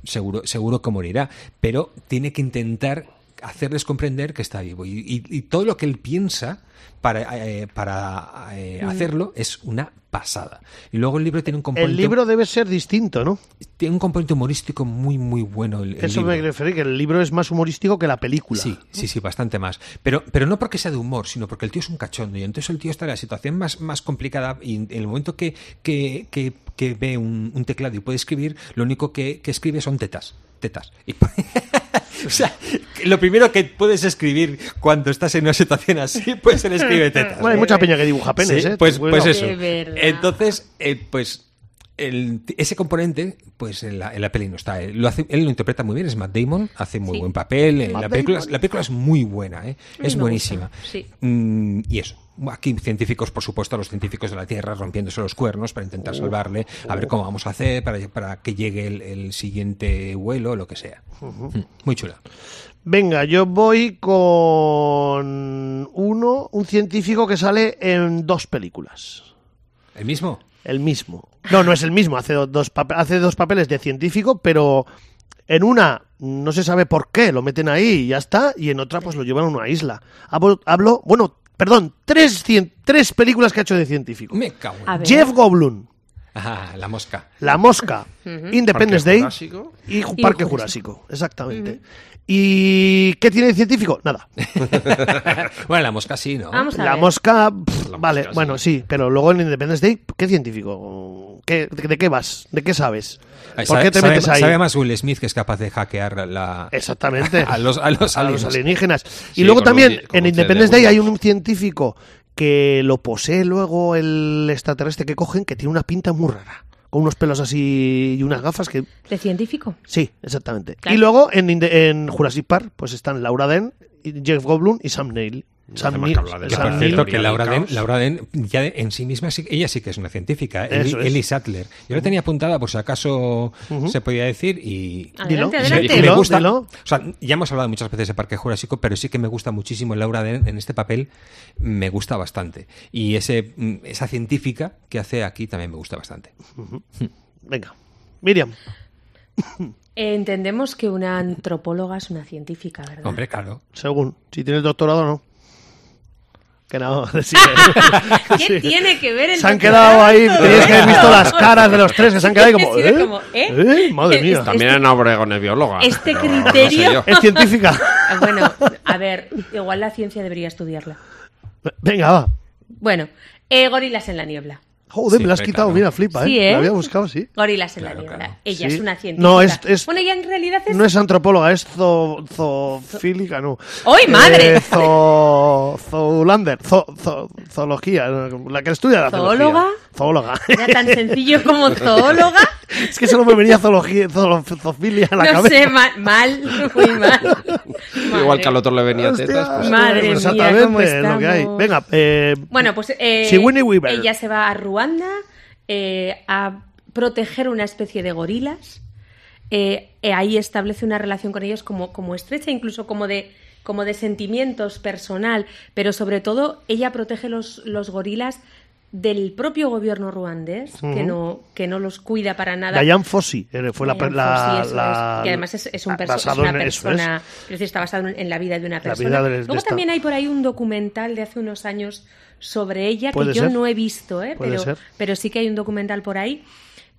Speaker 2: seguro, seguro que morirá. Pero tiene que intentar hacerles comprender que está vivo. Y, y- y todo lo que él piensa para, eh, para eh, hacerlo es una pasada. Y luego el libro tiene un componente,
Speaker 1: Mm. El libro debe ser distinto, ¿no?
Speaker 2: tiene un componente humorístico muy, muy bueno. el- el
Speaker 1: Eso
Speaker 2: libro.
Speaker 1: me refiero, que el libro es más humorístico que la película.
Speaker 2: Sí, sí, sí, bastante más. Pero, pero no porque sea de humor, sino porque el tío es un cachondo. Y entonces el tío está en la situación más, más complicada y en el momento que, que, que- que ve un, un teclado y puede escribir, lo único que, que escribe son tetas. Tetas. Y o sea, que lo primero que puedes escribir cuando estás en una situación así, pues él escribe tetas.
Speaker 1: Bueno, hay
Speaker 2: ¿no?
Speaker 1: mucha peña que dibuja penes,
Speaker 2: Sí,
Speaker 1: ¿eh?
Speaker 2: Pues,
Speaker 1: Cuidado.
Speaker 2: pues eso.
Speaker 3: De verdad.
Speaker 2: Entonces, eh, pues el- ese componente, pues en la, en la peli no está. Él lo, hace- él lo interpreta muy bien, es Matt Damon, hace muy
Speaker 3: Sí.
Speaker 2: buen papel. en
Speaker 3: Matt
Speaker 2: la, película,
Speaker 3: Damon.
Speaker 2: la película es muy buena, ¿eh?
Speaker 3: mí
Speaker 2: es
Speaker 3: me
Speaker 2: buenísima.
Speaker 3: gusta, sí.
Speaker 2: Mm, y eso. Aquí científicos, por supuesto, los científicos de la Tierra rompiéndose los cuernos para intentar salvarle, a ver cómo vamos a hacer para, para que llegue el, el siguiente vuelo, lo que sea. Mm, Muy chula.
Speaker 1: Venga, yo voy con uno, un científico que sale en dos películas.
Speaker 2: ¿El mismo?
Speaker 1: El mismo. No, no es el mismo. Hace do- dos, pap- hace dos papeles de científico, pero en una no se sabe por qué, lo meten ahí y ya está, y en otra pues lo llevan a una isla. Hablo, hablo- bueno, perdón, tres, cien- tres películas que ha hecho de científico.
Speaker 2: Me cago. en-
Speaker 3: A ver.
Speaker 1: Jeff Goldblum,
Speaker 2: Ah, la mosca.
Speaker 1: La Mosca, Independence
Speaker 6: Parque
Speaker 1: Day
Speaker 6: Jurásico.
Speaker 1: y Ju-
Speaker 3: Y
Speaker 1: Parque
Speaker 3: Jurásico.
Speaker 1: Jurásico, exactamente. ¿Y qué tiene de científico? Nada.
Speaker 2: bueno, la mosca sí, ¿no?
Speaker 3: Vamos a
Speaker 1: La
Speaker 3: ver.
Speaker 1: mosca, pff,
Speaker 6: La
Speaker 1: vale,
Speaker 6: mosca, sí.
Speaker 1: bueno, sí, pero luego en Independence Day, ¿qué científico? ¿Qué- de, de qué vas? ¿De qué sabes?
Speaker 2: Ay,
Speaker 1: ¿Por
Speaker 2: sabe-
Speaker 1: qué te
Speaker 2: sabe-
Speaker 1: metes ahí?
Speaker 2: Sabe más Will Smith que es capaz de hackear la.
Speaker 1: Exactamente.
Speaker 2: A los, a los
Speaker 1: a los
Speaker 2: aliens.
Speaker 1: alienígenas. Y
Speaker 6: Sí,
Speaker 1: luego
Speaker 6: con un
Speaker 1: también,
Speaker 6: di- con
Speaker 1: en
Speaker 6: un
Speaker 1: Independence
Speaker 6: CD
Speaker 1: Day hay un científico que lo posee luego el extraterrestre que cogen, que tiene una pinta muy rara. Con unos pelos así y unas gafas que...
Speaker 3: ¿De científico?
Speaker 1: Sí, exactamente.
Speaker 3: Claro.
Speaker 1: Y luego en, Inde- en Jurassic Park, pues están Laura Dern, y Jeff Goldblum y Sam Neill. Sam
Speaker 6: hace más
Speaker 1: Neill.
Speaker 6: que hablar de
Speaker 2: Que,
Speaker 1: Sam
Speaker 2: por
Speaker 6: San
Speaker 1: Neill.
Speaker 2: cierto,
Speaker 6: Miguel
Speaker 2: que Laura
Speaker 6: Caos.
Speaker 2: Den, Laura Den ya de- en sí misma, sí- ella sí que es una científica.
Speaker 1: Eso
Speaker 2: Eli,
Speaker 1: es.
Speaker 2: Eli Sattler. Yo la tenía apuntada por si acaso se podía decir y...
Speaker 1: Dilo.
Speaker 3: Adelante,
Speaker 1: Dilo,
Speaker 3: adelante.
Speaker 2: me
Speaker 1: dilo,
Speaker 2: gusta,
Speaker 1: dilo.
Speaker 2: o sea, ya hemos hablado muchas veces de Parque Jurásico, pero sí que me gusta muchísimo Laura Den en este papel, me gusta bastante. Y ese, mm, esa científica que hace aquí también me gusta bastante.
Speaker 1: Venga. Miriam.
Speaker 3: Entendemos que una antropóloga es una científica, ¿verdad?
Speaker 2: Hombre, claro.
Speaker 1: Según, si tienes doctorado o no. Que no, sí. eh.
Speaker 3: ¿Qué tiene que ver el
Speaker 1: Se han
Speaker 3: doctorado?
Speaker 1: quedado ahí, tenías que haber visto las caras de los tres que se han quedado ahí como,
Speaker 3: Sí,
Speaker 1: ¿eh?
Speaker 3: como, ¿eh?
Speaker 1: ¿Eh? Madre mía.
Speaker 3: Este-
Speaker 6: También en Obregón es bióloga.
Speaker 3: este
Speaker 6: pero no
Speaker 3: criterio-
Speaker 6: sé yo.
Speaker 1: Es científica.
Speaker 3: Ah, Bueno, a ver, igual la ciencia debería estudiarla.
Speaker 1: Venga, va.
Speaker 3: Bueno, eh, gorilas en la niebla.
Speaker 1: Joder,
Speaker 2: Sí,
Speaker 1: me la has
Speaker 2: hombre,
Speaker 1: quitado.
Speaker 2: claro.
Speaker 1: Mira, flipa, ¿eh?
Speaker 3: Sí, ¿eh?
Speaker 1: La había buscado, sí.
Speaker 3: Gorilas en
Speaker 2: Claro,
Speaker 3: la niebla.
Speaker 2: claro.
Speaker 3: Ella
Speaker 1: Sí.
Speaker 3: es una científica.
Speaker 1: No, es- es-
Speaker 3: Bueno, ella en realidad es...
Speaker 1: No es antropóloga, es zo- zoofílica, no.
Speaker 3: ¡Ay, madre!
Speaker 1: Eh, zo- Zoolander, zo- zo- zoología, la que estudia la
Speaker 3: ¿Zoóloga?
Speaker 1: zoología.
Speaker 3: Era
Speaker 1: Zoóloga.
Speaker 3: tan sencillo como zoóloga.
Speaker 1: es que solo me venía zoología, zoolo- zoofilia a la
Speaker 3: No
Speaker 1: cabeza.
Speaker 3: sé, ma- mal, muy mal.
Speaker 6: Igual que al
Speaker 3: Madre.
Speaker 6: otro le venía
Speaker 1: Hostia,
Speaker 6: tetas. pues-
Speaker 3: Madre mía,
Speaker 1: exactamente,
Speaker 3: cómo
Speaker 1: es lo que hay.
Speaker 3: estamos.
Speaker 1: Venga, eh,
Speaker 3: Bueno, pues eh,
Speaker 1: Sigourney Weaver.
Speaker 3: ella se va a Ruanda eh, a proteger una especie de gorilas. Eh, eh, ahí establece una relación con ellos como, como estrecha, incluso como de, como de sentimientos personal, pero sobre todo ella protege los, los gorilas del propio gobierno ruandés, que, no, que no los cuida para nada.
Speaker 1: Diane Fossey eh, fue la,
Speaker 3: Diane
Speaker 1: la-
Speaker 3: Fossey, eso
Speaker 1: la-
Speaker 3: es, que además es, es un perso-
Speaker 1: basado
Speaker 3: es una
Speaker 1: en- eso
Speaker 3: persona es decir, está basado en, en la vida de una
Speaker 1: vida
Speaker 3: persona
Speaker 1: de- de
Speaker 3: luego
Speaker 1: esta-
Speaker 3: también hay por ahí un documental de hace unos años sobre ella que
Speaker 1: Puede
Speaker 3: yo
Speaker 1: ser.
Speaker 3: no he visto ¿eh?
Speaker 1: Puede
Speaker 3: pero,
Speaker 1: ser.
Speaker 3: pero sí que hay un documental por ahí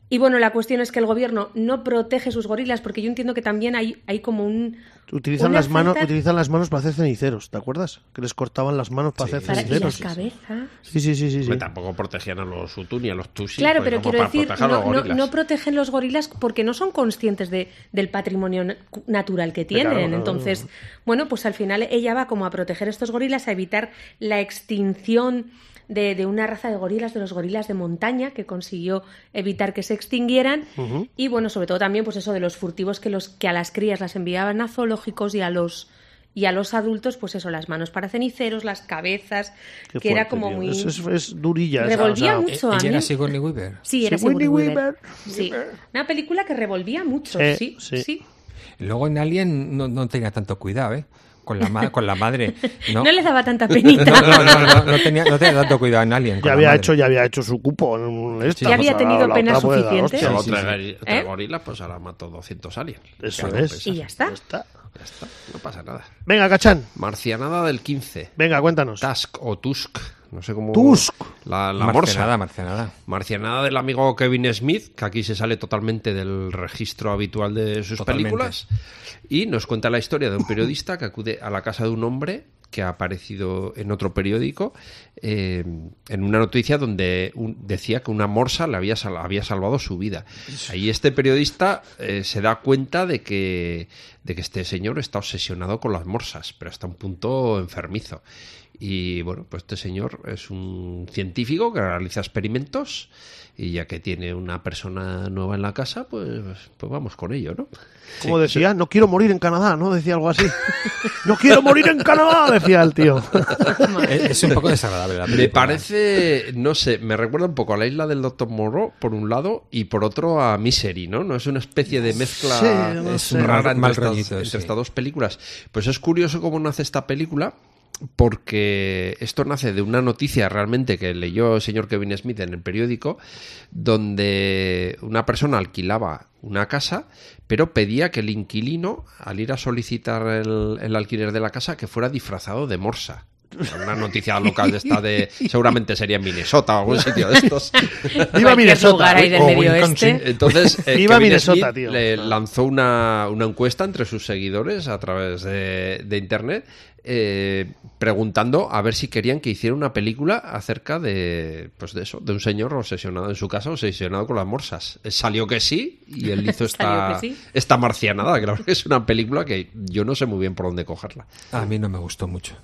Speaker 3: y bueno la cuestión es que el gobierno no protege sus gorilas porque yo entiendo que también hay, hay como un
Speaker 1: es. Utilizan
Speaker 3: una
Speaker 1: las, manos,
Speaker 3: falta-
Speaker 1: utilizan las manos para hacer ceniceros, ¿te acuerdas? Que les cortaban las manos para
Speaker 2: Sí.
Speaker 1: hacer
Speaker 3: para- y
Speaker 1: ceniceros.
Speaker 3: las cabezas
Speaker 1: Sí, sí, sí, sí. sí.
Speaker 6: Hombre, Tampoco protegían a los Hutu ni a los Tutsi.
Speaker 3: Claro,
Speaker 6: pues,
Speaker 3: pero
Speaker 6: como
Speaker 3: quiero
Speaker 6: para
Speaker 3: decir,
Speaker 6: proteger a
Speaker 3: no,
Speaker 6: los
Speaker 3: no-
Speaker 6: gorilas.
Speaker 3: no protegen los gorilas porque no son conscientes de, del patrimonio na- natural que tienen.
Speaker 1: claro, no,
Speaker 3: Entonces, bueno, pues al final ella va como a proteger estos gorilas, a evitar la extinción de, de una raza de gorilas, de los gorilas de montaña, que consiguió evitar que se extinguieran. Y bueno, sobre todo también, pues eso de los furtivos que, los, que a las crías las enviaban a zoológicos y a los... Y a los adultos, pues eso, las manos para ceniceros, las cabezas,
Speaker 1: Qué
Speaker 3: que era
Speaker 1: fuerte,
Speaker 3: como
Speaker 1: tío.
Speaker 3: muy...
Speaker 1: Es, es- es durilla. esa,
Speaker 3: Revolvía
Speaker 1: o sea, e-
Speaker 3: mucho. Eso a
Speaker 2: ¿Ella era
Speaker 3: mí-
Speaker 2: Sigourney Weaver?
Speaker 3: Sí, era
Speaker 1: Sigourney
Speaker 3: Sigourney
Speaker 1: Weaver.
Speaker 3: Weaver. Sí. Una película que revolvía mucho,
Speaker 1: Sí,
Speaker 3: sí,
Speaker 1: sí.
Speaker 3: sí.
Speaker 2: Luego en Alien no, no tenía tanto cuidado, ¿eh? Con la, ma- con la madre.
Speaker 3: No.
Speaker 2: No,
Speaker 3: les daba tanta
Speaker 2: no, no,
Speaker 3: penita.
Speaker 2: no, no, no tenía, no tenía tanto cuidado en Alien. con
Speaker 1: Ya
Speaker 2: la
Speaker 1: había,
Speaker 2: madre.
Speaker 1: hecho, ya había hecho su cupo. en esta,
Speaker 2: Ya
Speaker 3: había
Speaker 1: o sea,
Speaker 3: tenido
Speaker 1: la
Speaker 3: penas
Speaker 1: otra puede dar,
Speaker 3: suficientes.
Speaker 1: hostia, la
Speaker 2: Sí,
Speaker 6: Solo
Speaker 1: otra-
Speaker 2: sí,
Speaker 6: tres, gori- tres
Speaker 3: ¿Eh?
Speaker 6: gorilas, pues ahora mató 200 aliens.
Speaker 1: Eso
Speaker 6: Ya no
Speaker 1: es.
Speaker 6: pesa.
Speaker 3: y ya está.
Speaker 1: Ya está.
Speaker 6: Ya está, No pasa nada.
Speaker 1: Venga, Cachán.
Speaker 6: Marcianada del 15.
Speaker 1: Venga, cuéntanos.
Speaker 6: Tusk o Tusk. No sé cómo.
Speaker 1: Tusk.
Speaker 6: La, la
Speaker 2: Marcenada,
Speaker 6: morsa.
Speaker 2: Marcenada.
Speaker 6: Marcianada del amigo Kevin Smith, que aquí se sale totalmente del registro habitual de sus
Speaker 2: Totalmente.
Speaker 6: películas, y nos cuenta la historia de un periodista que acude a la casa de un hombre que ha aparecido en otro periódico, eh, en una noticia donde un- decía que una morsa le había, sal- había salvado su vida. Ahí este periodista eh, se da cuenta de que, de que este señor está obsesionado con las morsas, pero hasta un punto enfermizo. Y bueno, pues este señor es un científico que realiza experimentos y ya que tiene una persona nueva en la casa, pues, pues vamos con ello, ¿no?
Speaker 1: Como decía, no quiero morir en Canadá, ¿no? Decía algo así. no quiero morir en Canadá, decía el tío.
Speaker 2: Es, Eh, es un poco desagradable la
Speaker 6: Me
Speaker 2: película.
Speaker 6: parece, no sé, me recuerda un poco a la isla del Doctor Morro, por un lado, y por otro a Misery, ¿no? No es una especie de mezcla
Speaker 1: Sí, no
Speaker 6: es
Speaker 1: sé.
Speaker 6: rara
Speaker 2: Mal
Speaker 6: entre, estas-
Speaker 2: rollito,
Speaker 6: entre
Speaker 2: sí.
Speaker 6: estas dos películas. Pues es curioso cómo nace esta película. porque esto nace de una noticia realmente que leyó el señor Kevin Smith en el periódico, donde una persona alquilaba una casa, pero pedía que el inquilino, al ir a solicitar el, el alquiler de la casa, que fuera disfrazado de morsa. Una noticia local de esta de... Seguramente sería en Minnesota o algún sitio de estos.
Speaker 1: Viva
Speaker 3: Cualquier
Speaker 1: Minnesota.
Speaker 3: lugar ahí del
Speaker 2: O
Speaker 3: medio
Speaker 2: Wisconsin.
Speaker 3: oeste.
Speaker 6: Entonces, eh,
Speaker 1: Viva
Speaker 6: Kevin
Speaker 1: Minnesota,
Speaker 6: Smith
Speaker 1: tío.
Speaker 6: le lanzó una, una encuesta entre sus seguidores a través de, de internet eh, preguntando a ver si querían que hiciera una película acerca de, pues de eso, de un señor obsesionado en su casa, obsesionado con las morsas. Eh, Salió que sí y él hizo esta,
Speaker 3: Salió que sí.
Speaker 6: esta marcianada. Claro que es una película que yo no sé muy bien por dónde cogerla.
Speaker 2: A mí no me gustó mucho.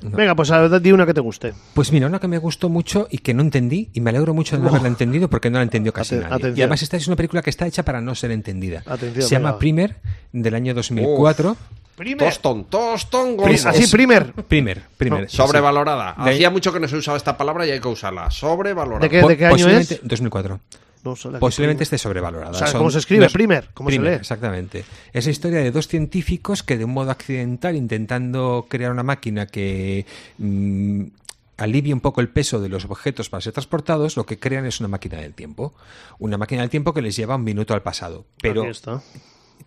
Speaker 1: Venga, pues a ver, di una que te guste.
Speaker 2: Pues mira, una que me gustó mucho y que no entendí, y me alegro mucho de no haberla entendido porque no la entendió casi
Speaker 1: Oh. Aten-
Speaker 2: nadie.
Speaker 1: atención.
Speaker 2: Y además esta es una película que está hecha para no ser entendida.
Speaker 1: Atención,
Speaker 2: Se llama
Speaker 1: venga.
Speaker 2: Primer, del año 2004.
Speaker 1: Primer.
Speaker 6: Toston, Toston,
Speaker 1: Pri-
Speaker 6: Gonzo.
Speaker 1: Así, primer.
Speaker 2: Primer, primer. sí, sí.
Speaker 6: Sobrevalorada.
Speaker 2: De-
Speaker 6: Hacía mucho que no se usaba esta palabra y hay que usarla. Sobrevalorada.
Speaker 1: ¿De qué-
Speaker 2: Po-
Speaker 1: de año
Speaker 2: posiblemente-
Speaker 1: es?
Speaker 2: 2004.
Speaker 1: No, sola, que
Speaker 2: Posiblemente
Speaker 1: primer.
Speaker 2: esté sobrevalorada.
Speaker 1: O sea, ¿cómo se escribe? Primer, ¿cómo se lee?
Speaker 2: Exactamente. Es la historia de dos científicos que de un modo accidental, intentando crear una máquina que mm, alivie un poco el peso de los objetos para ser transportados, lo que crean es una máquina del tiempo. Una máquina del tiempo que les lleva un minuto al pasado. este, Pero
Speaker 1: Aquí está.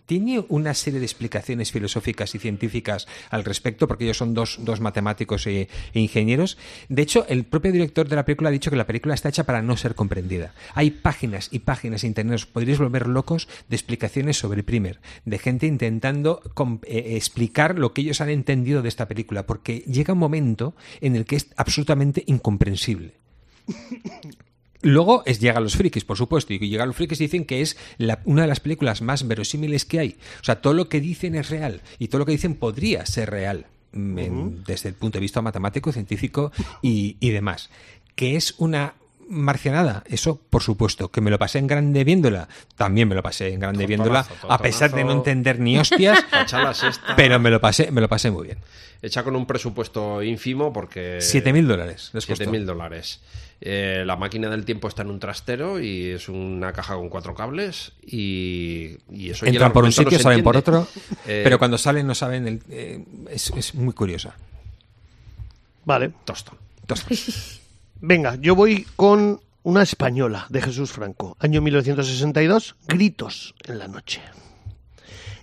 Speaker 2: tiene una serie de explicaciones filosóficas y científicas al respecto, porque ellos son dos, dos matemáticos e, e ingenieros. De hecho, el propio director de la película ha dicho que la película está hecha para no ser comprendida. Hay páginas y páginas en internet, os podréis volver locos, de explicaciones sobre Primer, de gente intentando com- eh, explicar lo que ellos han entendido de esta película, porque llega un momento en el que es absolutamente incomprensible. Luego es, llega a los frikis, por supuesto, y llega a los frikis y dicen que es la- una de las películas más verosímiles que hay. O sea, todo lo que dicen es real y todo lo que dicen podría ser real mm, en- desde el punto de vista matemático, científico y, y demás. Que es una marcianada, eso por supuesto, que me lo pasé en grande viéndola, también me lo pasé en grande
Speaker 6: Totonazo,
Speaker 2: viéndola, a pesar de no
Speaker 6: totonazo.
Speaker 2: entender ni hostias,
Speaker 6: Fachala sexta.
Speaker 2: pero me lo pasé, me lo pasé muy bien.
Speaker 6: hecha con un presupuesto ínfimo porque...
Speaker 2: 7.000 dólares. les costó.
Speaker 6: 7.000 dólares. Eh, la máquina del tiempo está en un trastero y es una caja con cuatro cables y, y eso... y el
Speaker 2: Entran por un
Speaker 6: argumento no
Speaker 2: sitio,
Speaker 6: se
Speaker 2: salen por
Speaker 6: entiende.
Speaker 2: otro,
Speaker 6: Eh,
Speaker 2: pero cuando salen no saben. el- eh, es, es muy curiosa.
Speaker 1: Vale.
Speaker 6: Tostón.
Speaker 2: Entonces,
Speaker 1: Venga, yo voy con una española de Jesús Franco, año 1962, Gritos en la noche.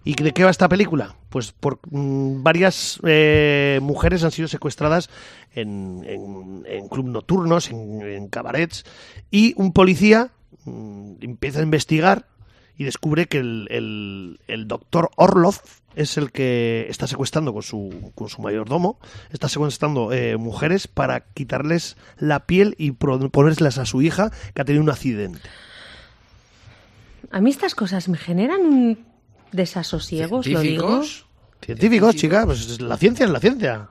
Speaker 1: ¿Y de qué va esta película? Pues por mm, varias eh, mujeres han sido secuestradas en, en, en club nocturnos, en, en cabarets, y un policía mm, empieza a investigar y descubre que el, el- el doctor Orlov es el que está secuestrando con su, con su mayordomo, está secuestrando eh, mujeres para quitarles la piel y pro- ponérselas a su hija que ha tenido un accidente.
Speaker 3: A mí estas cosas me generan un desasosiego, os lo digo.
Speaker 6: Científicos.
Speaker 1: Científicos, chicas, pues es la ciencia es la ciencia.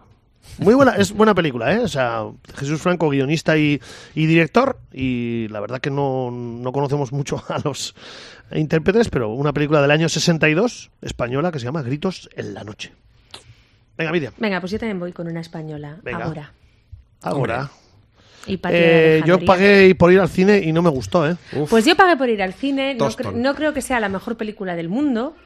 Speaker 1: Muy buena, es buena película, ¿eh? O sea, Jesús Franco, guionista y, y director, y la verdad que no, no conocemos mucho a los intérpretes, pero una película del año 62, española, que se llama Gritos en la noche. Venga, Miriam,
Speaker 3: Venga, pues yo también voy con una española
Speaker 1: Venga.
Speaker 3: ahora.
Speaker 1: ahora.
Speaker 3: Y Patria
Speaker 1: Eh,
Speaker 3: de
Speaker 1: yo
Speaker 3: Alejandría.
Speaker 1: pagué por ir al cine y no me gustó, ¿eh?
Speaker 6: Uf,
Speaker 3: Pues yo pagué por ir al cine. No,
Speaker 6: Tostón.
Speaker 3: cre- no creo que sea la mejor película del mundo,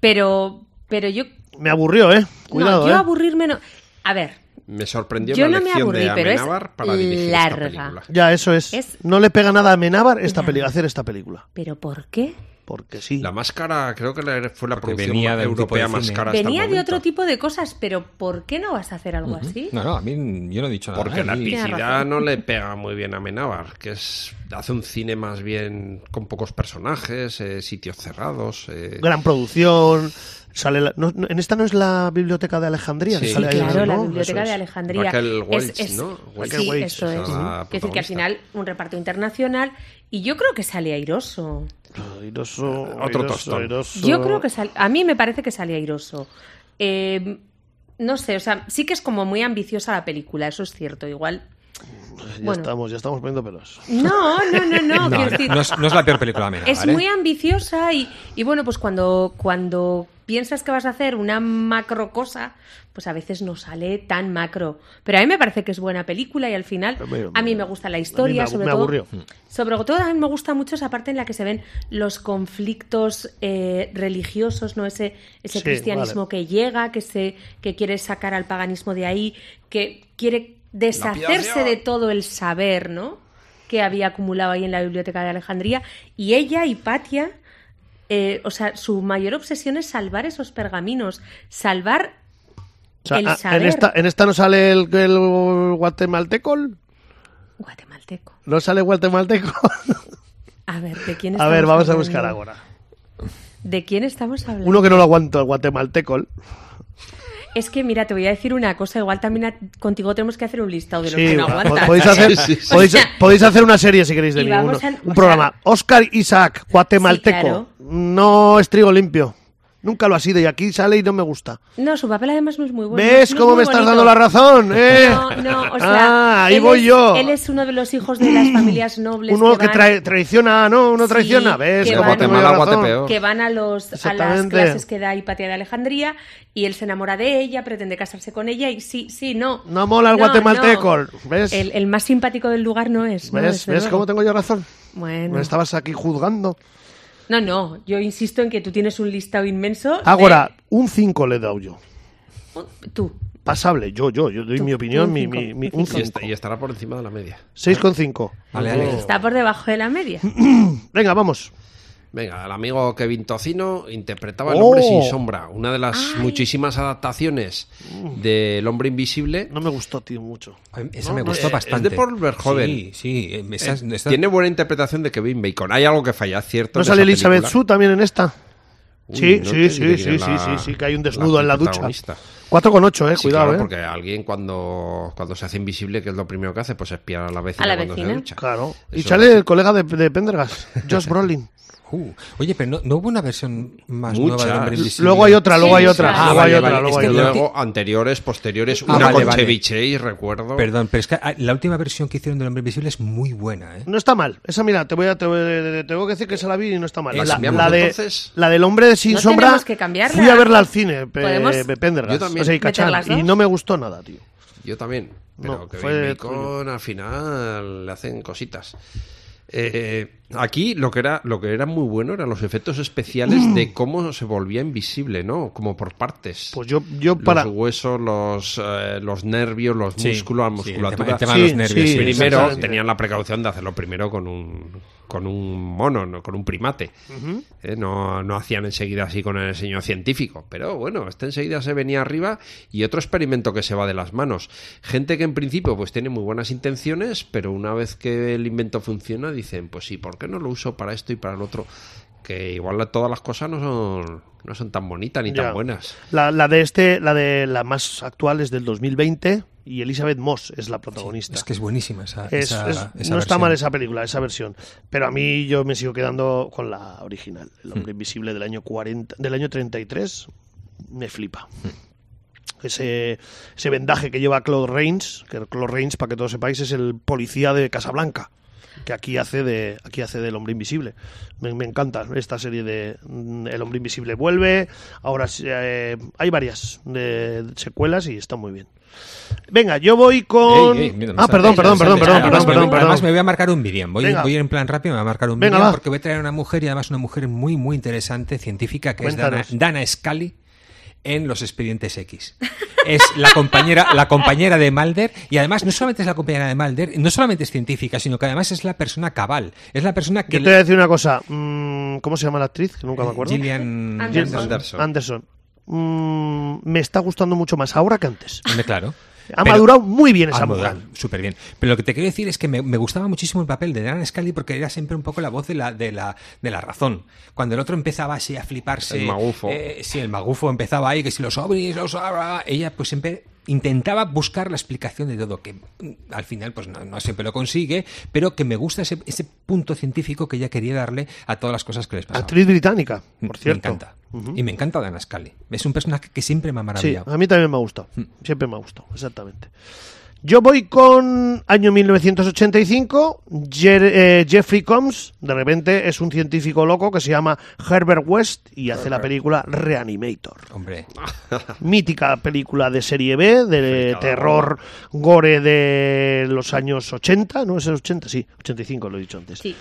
Speaker 3: pero, pero yo.
Speaker 1: Me aburrió, ¿eh? Cuidado,
Speaker 3: no, yo
Speaker 1: ¿eh?
Speaker 3: aburrirme no. A ver,
Speaker 6: me sorprendió
Speaker 3: yo
Speaker 6: la
Speaker 3: no me
Speaker 6: elección de
Speaker 3: aburrí, pero es
Speaker 6: Amenábar para dirigir
Speaker 3: larga.
Speaker 6: esta película.
Speaker 1: Ya, eso es.
Speaker 3: Es-
Speaker 1: No le pega nada a Menábar esta
Speaker 3: Ya.
Speaker 1: peli- hacer esta película.
Speaker 3: ¿pero por qué?
Speaker 1: Porque sí.
Speaker 6: La máscara creo que la- fue la
Speaker 2: Porque
Speaker 6: producción
Speaker 2: venía del
Speaker 6: europea
Speaker 2: tipo de
Speaker 6: más
Speaker 2: cine.
Speaker 6: cara hasta el
Speaker 3: Venía de otro
Speaker 6: momento.
Speaker 3: tipo de cosas, pero ¿por qué no vas a hacer algo así?
Speaker 2: ¿eh? no, no, a mí yo no he dicho nada.
Speaker 6: Porque
Speaker 2: a
Speaker 6: la
Speaker 2: mí-
Speaker 3: Tienes
Speaker 6: epicidad
Speaker 3: razón.
Speaker 6: no le pega muy bien a Menábar, que es hace un cine más bien con pocos personajes, eh, sitios cerrados. eh,
Speaker 1: gran producción. Sale la- no, no, en esta no es la biblioteca de Alejandría.
Speaker 6: Sí.
Speaker 1: que
Speaker 3: Sí,
Speaker 1: sale ahí,
Speaker 3: claro, la
Speaker 1: ¿no?
Speaker 3: biblioteca
Speaker 1: Eso
Speaker 3: de
Speaker 1: es.
Speaker 3: Alejandría.
Speaker 6: Raquel Welch,
Speaker 3: es, es-
Speaker 6: ¿no? Raquel
Speaker 3: sí,
Speaker 1: Welch
Speaker 3: eso
Speaker 6: es
Speaker 3: es. Es
Speaker 6: la
Speaker 3: decir, que al
Speaker 6: protagonista.
Speaker 3: final un reparto internacional y yo creo que sale airoso.
Speaker 1: Airoso,
Speaker 6: Ah, Otro
Speaker 1: airoso,
Speaker 6: tostón.
Speaker 1: airoso.
Speaker 3: Yo creo que sal- a mí me parece que sale airoso. Eh, no sé, o sea, sí que es como muy ambiciosa la película, eso es cierto. Igual.
Speaker 1: Ya
Speaker 3: bueno.
Speaker 1: estamos, ya estamos poniendo pelos.
Speaker 3: No, no, no,
Speaker 2: No,
Speaker 3: no. quiero
Speaker 2: no,
Speaker 3: decir,
Speaker 2: no es, no es la peor película de Amenábar.
Speaker 3: es
Speaker 2: ¿eh?
Speaker 3: muy ambiciosa y, y bueno, pues cuando, cuando piensas que vas a hacer una macro cosa, pues a veces no sale tan macro. Pero a mí me parece que es buena película y al final
Speaker 1: A mí-
Speaker 3: a mí me gusta la
Speaker 1: me
Speaker 3: historia,
Speaker 1: abu-
Speaker 3: sobre
Speaker 1: me
Speaker 3: todo. Mm.
Speaker 1: aburrió.
Speaker 3: Sobre todo a mí me gusta mucho esa parte en la que se ven los conflictos eh, religiosos, no ese ese
Speaker 1: Sí,
Speaker 3: cristianismo que llega, que se que quiere sacar al paganismo de ahí, que quiere deshacerse
Speaker 6: Lapidación.
Speaker 3: de todo el saber, ¿no? que había acumulado ahí en la biblioteca de Alejandría y ella y Patia eh, o sea, su mayor obsesión es salvar esos pergaminos, salvar
Speaker 1: O sea,
Speaker 3: el
Speaker 1: ah,
Speaker 3: saber
Speaker 1: en, esta, en esta no sale el, el guatemalteco.
Speaker 3: guatemalteco.
Speaker 1: No sale guatemalteco.
Speaker 3: A ver, ¿de quién
Speaker 1: a
Speaker 3: estamos
Speaker 1: ver, vamos a
Speaker 3: hablando?
Speaker 1: buscar ahora.
Speaker 3: ¿De quién estamos hablando?
Speaker 1: Uno que no lo aguanto, el guatemalteco.
Speaker 3: Es que mira, te voy a decir una cosa, igual también a- contigo tenemos que hacer un listado de los
Speaker 1: Sí,
Speaker 3: que no
Speaker 1: po-
Speaker 3: aguantan.
Speaker 1: podéis hacer,
Speaker 6: Sí, sí, sí.
Speaker 1: podéis,
Speaker 3: O sea-
Speaker 1: podéis hacer una serie si queréis de
Speaker 3: Y
Speaker 1: mí.
Speaker 3: vamos
Speaker 1: uno.
Speaker 3: a-
Speaker 1: un
Speaker 3: o
Speaker 1: programa. Oscar Isaac, guatemalteco.
Speaker 3: Sí, claro.
Speaker 1: No es trigo limpio. Nunca lo ha sido y aquí sale y no me gusta.
Speaker 3: No, su papel además no es muy bueno.
Speaker 1: ¿Ves
Speaker 3: no es
Speaker 1: cómo
Speaker 3: muy
Speaker 1: me estás
Speaker 3: bonito.
Speaker 1: dando la razón? ¿eh?
Speaker 3: No, no, o sea,
Speaker 1: ah, ahí
Speaker 3: él
Speaker 1: voy
Speaker 3: es-
Speaker 1: yo.
Speaker 3: Él es uno de los hijos de las familias nobles.
Speaker 1: Uno que
Speaker 3: van-
Speaker 1: trae- traiciona, ¿no? Uno
Speaker 3: Sí,
Speaker 1: traiciona. ¿Ves?
Speaker 3: que
Speaker 6: De
Speaker 1: cómo
Speaker 3: van-
Speaker 1: tengo yo
Speaker 6: Guatemala,
Speaker 1: razón?
Speaker 6: Guatepeo.
Speaker 3: que van a los a las
Speaker 1: Exactamente.
Speaker 3: clases que da Hipatia de Alejandría y él se enamora de ella, pretende casarse con ella y sí, sí, no.
Speaker 1: No mola el guatemalteco, ¿ves?
Speaker 3: El, el más simpático del lugar no es. no,
Speaker 1: ¿Ves?
Speaker 3: desde
Speaker 1: ¿Ves
Speaker 3: luego.
Speaker 1: cómo tengo yo razón?
Speaker 3: Bueno.
Speaker 1: Me estabas aquí juzgando.
Speaker 3: No, no, yo insisto en que tú tienes un listado inmenso. de-
Speaker 1: Ahora, un 5 le he dado yo.
Speaker 3: Tú.
Speaker 1: Pasable, yo, yo, yo doy
Speaker 3: Tú,
Speaker 1: mi opinión,
Speaker 3: un
Speaker 1: mi,
Speaker 3: cinco,
Speaker 1: mi- mi-
Speaker 3: un
Speaker 1: un
Speaker 6: Y,
Speaker 1: 5.
Speaker 6: est- y estará por encima de la media.
Speaker 1: 6,5.
Speaker 2: Vale, vale.
Speaker 3: Está por debajo de la media.
Speaker 1: Venga, vamos.
Speaker 6: Venga, el amigo Kevin Tocino interpretaba El
Speaker 1: Oh.
Speaker 6: hombre sin sombra, una de las muchísimas adaptaciones
Speaker 3: Mm.
Speaker 6: del hombre invisible.
Speaker 1: No me gustó, tío, mucho.
Speaker 2: A mí Esa me gustó
Speaker 6: eh,
Speaker 2: bastante.
Speaker 6: es de Paul Verhoeven.
Speaker 2: Sí, sí. eh, esas- esas-
Speaker 6: Tiene buena interpretación de Kevin Bacon. Hay algo que falla, es cierto.
Speaker 1: ¿No
Speaker 6: en
Speaker 1: sale
Speaker 6: esa
Speaker 1: Elizabeth
Speaker 6: película.
Speaker 1: Su también en esta?
Speaker 6: Uy,
Speaker 1: sí,
Speaker 6: no
Speaker 1: sí,
Speaker 6: te diré
Speaker 1: sí, sí,
Speaker 6: quién es
Speaker 1: sí,
Speaker 6: la-
Speaker 1: sí, sí, que hay un desnudo en la ducha.
Speaker 6: protagonista.
Speaker 1: 4,8, eh,
Speaker 6: Sí,
Speaker 1: cuidado,
Speaker 6: claro,
Speaker 1: eh.
Speaker 6: porque alguien cuando, cuando se hace invisible, que es lo primero que hace, pues espiar a la vecina,
Speaker 3: A la
Speaker 6: cuando se
Speaker 3: vecina.
Speaker 6: ducha.
Speaker 1: Claro. Y
Speaker 6: Eso-
Speaker 1: sale el colega de, de Pendergast, Josh Brolin.
Speaker 2: Uh, oye, pero no, no hubo una versión más
Speaker 6: Muchas.
Speaker 2: nueva del Hombre Invisible?
Speaker 1: luego hay otra, luego
Speaker 3: Sí,
Speaker 1: hay otra,
Speaker 3: claro.
Speaker 1: luego
Speaker 2: Ah,
Speaker 1: hay
Speaker 2: vale,
Speaker 1: otra,
Speaker 2: vale,
Speaker 1: luego
Speaker 2: es
Speaker 1: hay
Speaker 2: que
Speaker 6: Y
Speaker 1: otra.
Speaker 2: la
Speaker 6: luego, anteriores, posteriores,
Speaker 2: Ah,
Speaker 6: una
Speaker 2: vale,
Speaker 6: con
Speaker 2: vale.
Speaker 6: ceviche, y recuerdo.
Speaker 2: Perdón, pero es que ah, la última versión que hicieron del Hombre Invisible es muy buena, ¿eh?
Speaker 1: No está mal. Esa, mira, te voy a, te, voy- te tengo que decir que esa la vi y no está mal.
Speaker 6: ¿La
Speaker 1: La,
Speaker 6: cambiamos,
Speaker 1: la de,
Speaker 6: entonces?
Speaker 1: la del hombre sin
Speaker 3: No
Speaker 1: sombra.
Speaker 3: tenemos que cambiarla.
Speaker 1: Fui a verla al cine, pe-
Speaker 3: Podemos
Speaker 1: pe- Pendergast.
Speaker 6: Yo también.
Speaker 1: O sea, y, Cachán,
Speaker 3: ¿Meter las dos?
Speaker 1: y no me gustó nada, tío.
Speaker 6: Yo también. Pero
Speaker 1: No,
Speaker 6: que
Speaker 1: fue
Speaker 6: Kevin
Speaker 1: de
Speaker 6: Bacon
Speaker 1: tuyo.
Speaker 6: al final le hacen cositas. Eh, eh, aquí lo que era lo que era muy bueno eran los efectos especiales de cómo se volvía invisible, ¿no? Como por partes.
Speaker 1: Pues yo, yo para.
Speaker 6: Los huesos, los, eh, los nervios, los
Speaker 2: Sí,
Speaker 6: músculos, la
Speaker 2: sí, el
Speaker 6: musculatura.
Speaker 2: tema- el tema
Speaker 1: Sí,
Speaker 2: de los nervios.
Speaker 1: sí,
Speaker 2: sí,
Speaker 6: primero
Speaker 1: exactamente.
Speaker 6: tenían la precaución de hacerlo primero con un con un mono, no con un primate. Eh, no, no hacían enseguida así con el diseño científico. Pero bueno, este enseguida se venía arriba y otro experimento que se va de las manos. Gente que en principio pues tiene muy buenas intenciones, pero una vez que el invento funciona dicen, pues sí, ¿por qué no lo uso para esto y para el otro? Que igual la- todas las cosas no son, no son tan bonitas ni
Speaker 1: Ya.
Speaker 6: tan buenas.
Speaker 1: La, la de este, la de la más actual es del 2020 y Elizabeth Moss es la protagonista.
Speaker 2: Es que es buenísima esa,
Speaker 1: Es-
Speaker 2: esa-
Speaker 1: es-
Speaker 2: esa
Speaker 1: no está
Speaker 2: versión.
Speaker 1: mal esa película, esa versión. Pero a mí yo me sigo quedando con la original,
Speaker 2: Hmm.
Speaker 1: El hombre invisible del año 40, del año 33, me flipa. Ese, ese vendaje que lleva Claude Rains, que Claude Rains, para que todos sepáis, es el policía de Casablanca, que aquí hace de aquí hace del hombre invisible. Me, me encanta esta serie de mm, El hombre invisible vuelve. Ahora sí, eh, hay varias de secuelas y está muy bien. Venga, yo voy con.
Speaker 2: Ey, ey, mira, me
Speaker 1: ah,
Speaker 2: está-
Speaker 1: perdón,
Speaker 2: está-
Speaker 1: perdón,
Speaker 2: está-
Speaker 1: perdón,
Speaker 2: está-
Speaker 1: perdón,
Speaker 2: además
Speaker 1: perdón,
Speaker 2: me-
Speaker 1: perdón,
Speaker 2: Además me
Speaker 1: perdón.
Speaker 2: voy a marcar un Miriam. Voy,
Speaker 1: Venga.
Speaker 2: voy en plan rápido, me voy a marcar un
Speaker 1: Venga,
Speaker 2: Miriam
Speaker 1: va.
Speaker 2: porque voy a traer una mujer y además una mujer muy, muy interesante, científica, que
Speaker 1: Cuéntanos.
Speaker 2: es Dana, Dana Scully en Los Expedientes X. Es la compañera, la compañera de Mulder y además no solamente es la compañera de Mulder, no solamente es científica, sino que además es la persona cabal. Es la persona que... Eh,
Speaker 1: Yo te voy a decir una cosa. Mm, ¿Cómo se llama la actriz? Que nunca me acuerdo.
Speaker 2: Gillian
Speaker 3: Anderson.
Speaker 2: Anderson.
Speaker 6: Anderson.
Speaker 1: Anderson. Mm, me está gustando mucho más ahora que antes.
Speaker 2: Hombre, claro.
Speaker 1: Ha
Speaker 2: Pero-
Speaker 1: madurado muy bien esa
Speaker 2: Ah,
Speaker 1: mujer.
Speaker 2: moral, Súper bien. Pero lo que te quiero decir es que me, me gustaba muchísimo el papel de Dan Scully porque era siempre un poco la voz de la, de la, de la razón. Cuando el otro empezaba así a fliparse.
Speaker 6: El magufo.
Speaker 2: eh, sí, el magufo empezaba ahí, que si los ovnis, los. ah, ah, Ella pues siempre intentaba buscar la explicación de todo, que mm, al final pues no, no siempre lo consigue, pero que me gusta ese, ese punto científico que ella quería darle a todas las cosas que les pasaban. Mm,
Speaker 1: Actriz británica, por
Speaker 2: Me
Speaker 1: cierto.
Speaker 2: encanta. Y me encanta Dan Scully. Es un personaje que siempre me ha
Speaker 1: Sí, Ah.
Speaker 2: maravillado.
Speaker 1: a mí también me ha gustado. Siempre me ha gustado, exactamente. Yo voy con año 1985. Jer- eh, Jeffrey Combs, de repente, es un científico loco que se llama Herbert West y hace la película Reanimator.
Speaker 2: Hombre,
Speaker 1: Mítica película de serie B, de terror gore de los años 80, ¿no es el 80? Sí, 85 lo he dicho antes.
Speaker 3: Sí.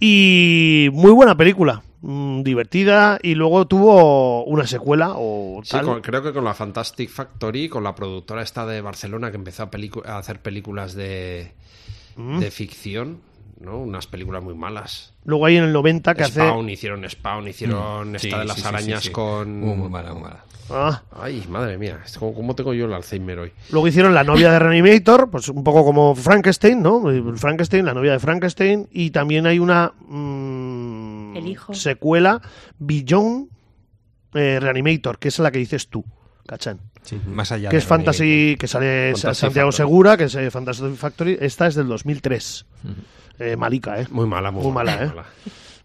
Speaker 1: Y muy buena película, mm, divertida, y luego tuvo una secuela o
Speaker 6: Sí,
Speaker 1: tal.
Speaker 6: con- creo que con la Fantastic Factory, con la productora esta de Barcelona que empezó a, pelicu- a hacer películas de, de ficción, ¿no? Unas películas muy malas.
Speaker 1: Luego hay en el 90 Ah, que hace...
Speaker 6: Spawn, hicieron Spawn, hicieron esta
Speaker 2: Sí,
Speaker 6: de
Speaker 2: sí,
Speaker 6: las
Speaker 2: sí, sí,
Speaker 6: arañas
Speaker 2: sí.
Speaker 6: con...
Speaker 2: Uh, muy mala, muy mala.
Speaker 1: Ah,
Speaker 6: Ay, madre mía, es como- ¿cómo tengo yo el Alzheimer hoy?
Speaker 1: Luego hicieron la novia de Reanimator, pues un poco como Frankenstein, ¿no? Eh, Frankenstein, la novia de Frankenstein. Y también hay una mm,
Speaker 3: El hijo.
Speaker 1: secuela, Beyond eh, Reanimator, que es la que dices tú, ¿cachan?
Speaker 2: Más allá
Speaker 1: que
Speaker 2: de
Speaker 1: es
Speaker 2: Remake.
Speaker 1: Fantasy, que sale
Speaker 6: Fantasy
Speaker 1: Santiago
Speaker 6: Factory.
Speaker 1: Segura, que es eh, Fantasy Factory. Esta es del 2003. Eh, malica, ¿eh?
Speaker 6: Muy mala, muy,
Speaker 1: Muy mala, ¿eh?
Speaker 6: muy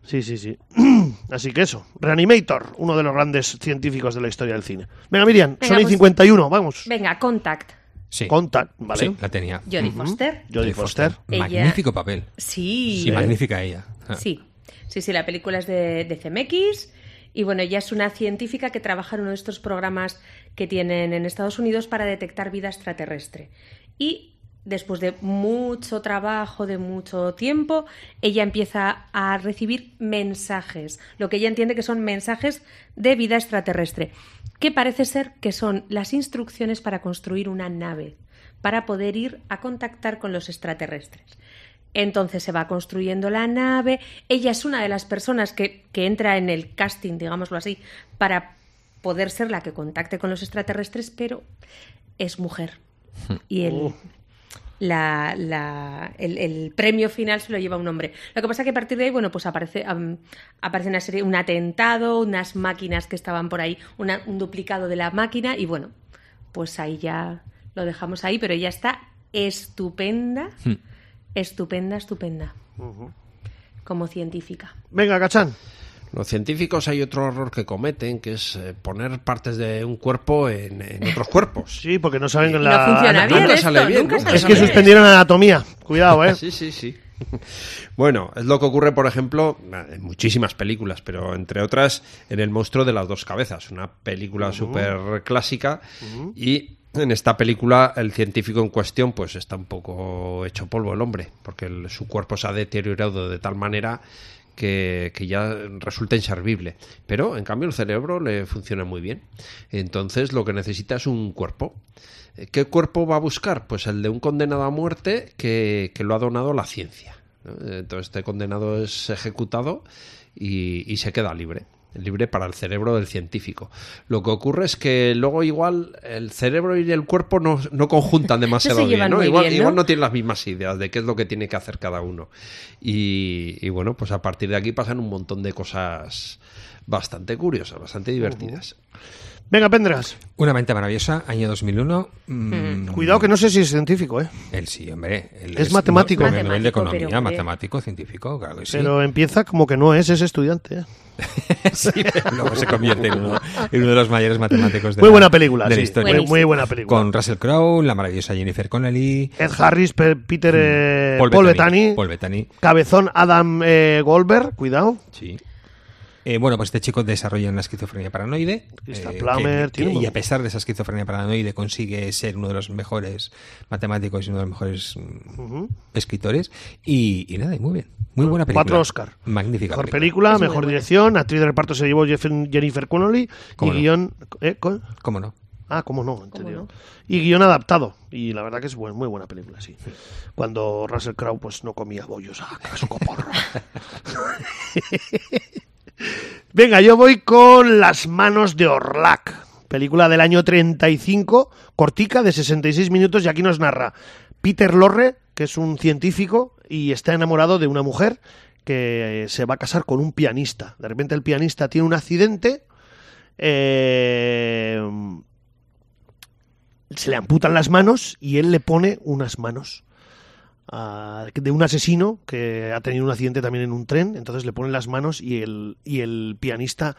Speaker 1: Sí, sí, sí. Así que eso, Reanimator, uno de los grandes científicos de la historia del cine. Venga, Miriam,
Speaker 3: Venga,
Speaker 1: son y
Speaker 3: pues-
Speaker 1: 51, vamos.
Speaker 3: Venga, Contact.
Speaker 2: Sí.
Speaker 1: Contact, ¿vale?
Speaker 2: Sí, la tenía.
Speaker 3: Jodie Foster.
Speaker 1: Jodie Foster.
Speaker 3: Ella-
Speaker 2: Magnífico papel.
Speaker 3: Sí.
Speaker 2: Sí, magnífica ella. Ah.
Speaker 3: Sí, sí, sí, la película es de, de CMX y bueno, ella es una científica que trabaja en uno de estos programas que tienen en Estados Unidos para detectar vida extraterrestre. Y después de mucho trabajo, de mucho tiempo, ella empieza a recibir mensajes, lo que ella entiende que son mensajes de vida extraterrestre, que parece ser que son las instrucciones para construir una nave, para poder ir a contactar con los extraterrestres. Entonces se va construyendo la nave. Ella es una de las personas que, que entra en el casting, digámoslo así, para poder ser la que contacte con los extraterrestres, pero es mujer. Y el, la- la- el, el premio final se lo lleva un hombre. Lo que pasa que a partir de ahí, bueno, pues aparece, am, aparece una serie, un atentado, unas máquinas que estaban por ahí, una- un duplicado de la máquina, y bueno, pues ahí ya lo dejamos ahí, pero ella está estupenda. Estupenda, estupenda. Como científica.
Speaker 1: Venga, Cachán.
Speaker 6: Los científicos hay otro error que cometen, que es eh, poner partes de un cuerpo en, en otros cuerpos.
Speaker 1: Sí, porque no saben que
Speaker 3: Y
Speaker 1: la...
Speaker 3: no funciona
Speaker 1: ana-
Speaker 3: bien ¿eh?
Speaker 6: nunca
Speaker 3: esto,
Speaker 6: sale bien,
Speaker 3: nunca
Speaker 6: nunca
Speaker 3: sale
Speaker 1: Es que
Speaker 3: bien.
Speaker 1: suspendieron anatomía. Cuidado, ¿eh?
Speaker 6: Sí, sí, sí. Bueno, es lo que ocurre, por ejemplo, en muchísimas películas, pero entre otras en El monstruo de las dos cabezas, una película súper clásica. Y en esta película el científico en cuestión pues está un poco hecho polvo el hombre, porque el- su cuerpo se ha deteriorado de tal manera que, que ya resulta inservible. Pero, en cambio, el cerebro le funciona muy bien. Entonces, lo que necesita es un cuerpo. Eh, ¿Qué cuerpo va a buscar? Pues el de un condenado a muerte que, que lo ha donado la ciencia. ¿no? Eh, Entonces, este condenado es ejecutado y, y se queda libre. Libre para el cerebro del científico. Lo que ocurre es que luego igual el cerebro y el cuerpo no, no conjuntan demasiado bien,
Speaker 3: llevan
Speaker 6: ¿no?
Speaker 3: muy
Speaker 6: Igual,
Speaker 3: bien, ¿no?
Speaker 6: igual no tienen las mismas ideas de qué es lo que tiene que hacer cada uno. Y, y bueno, pues a partir de aquí pasan un montón de cosas bastante curiosas, bastante divertidas.
Speaker 1: Venga, Pendras.
Speaker 2: Una mente maravillosa, año 2001. mm,
Speaker 1: Cuidado que no sé si es científico, ¿eh?
Speaker 2: Él sí, hombre. él
Speaker 1: Es matemático.
Speaker 2: no- no- Nivel de
Speaker 3: Matemático,
Speaker 2: economía,
Speaker 3: pero, hombre.
Speaker 2: matemático, científico, claro que sí.
Speaker 1: Pero empieza como que no es, es estudiante, ¿eh?
Speaker 2: Sí, pero luego se convierte en uno, en uno de los mayores matemáticos de
Speaker 1: Muy
Speaker 2: la-
Speaker 1: buena película,
Speaker 2: de la
Speaker 1: sí.
Speaker 2: historia.
Speaker 1: Muy, muy buena película.
Speaker 2: Con Russell Crowe, la maravillosa Jennifer Connelly,
Speaker 1: Ed Harris, Pe- Peter... eh,
Speaker 2: Mm. Paul
Speaker 1: Paul
Speaker 2: Bettany.
Speaker 1: Bettany.
Speaker 2: Paul Bettany.
Speaker 1: Cabezón Adam eh, Goldberg. Cuidado.
Speaker 2: Sí. Eh, bueno, pues este chico desarrolla una esquizofrenia paranoide.
Speaker 1: Christian
Speaker 2: eh,
Speaker 1: Plummer,
Speaker 2: que-
Speaker 1: tiene
Speaker 2: que-
Speaker 1: un-
Speaker 2: y a pesar de esa esquizofrenia paranoide, consigue ser uno de los mejores matemáticos y uno de los mejores mm, escritores. Y, y nada, y muy bien. Muy buena película.
Speaker 1: Cuatro Oscar.
Speaker 2: Magnífica.
Speaker 1: Mejor película,
Speaker 3: muy
Speaker 1: mejor
Speaker 3: buena.
Speaker 1: dirección, actriz de reparto se llevó Jeff- Jennifer Connolly y
Speaker 2: ¿Cómo no?
Speaker 1: guión... ¿eh? ¿Con?
Speaker 2: ¿Cómo no?
Speaker 1: Ah, cómo no, en serio.
Speaker 3: no?
Speaker 1: Y guión adaptado. Y la verdad que es buen- muy buena película, sí. Cuando Russell Crowe pues no comía bollos a casocoporro. Venga, yo voy con Las manos de Orlac. Película del año 35, cortica de 66 minutos y aquí nos narra Peter Lorre, que es un científico y está enamorado de una mujer que se va a casar con un pianista. De repente el pianista tiene un accidente eh, se le amputan las manos y él le pone unas manos ah, de un asesino que ha tenido un accidente también en un tren. Entonces le ponen las manos y el, y el pianista,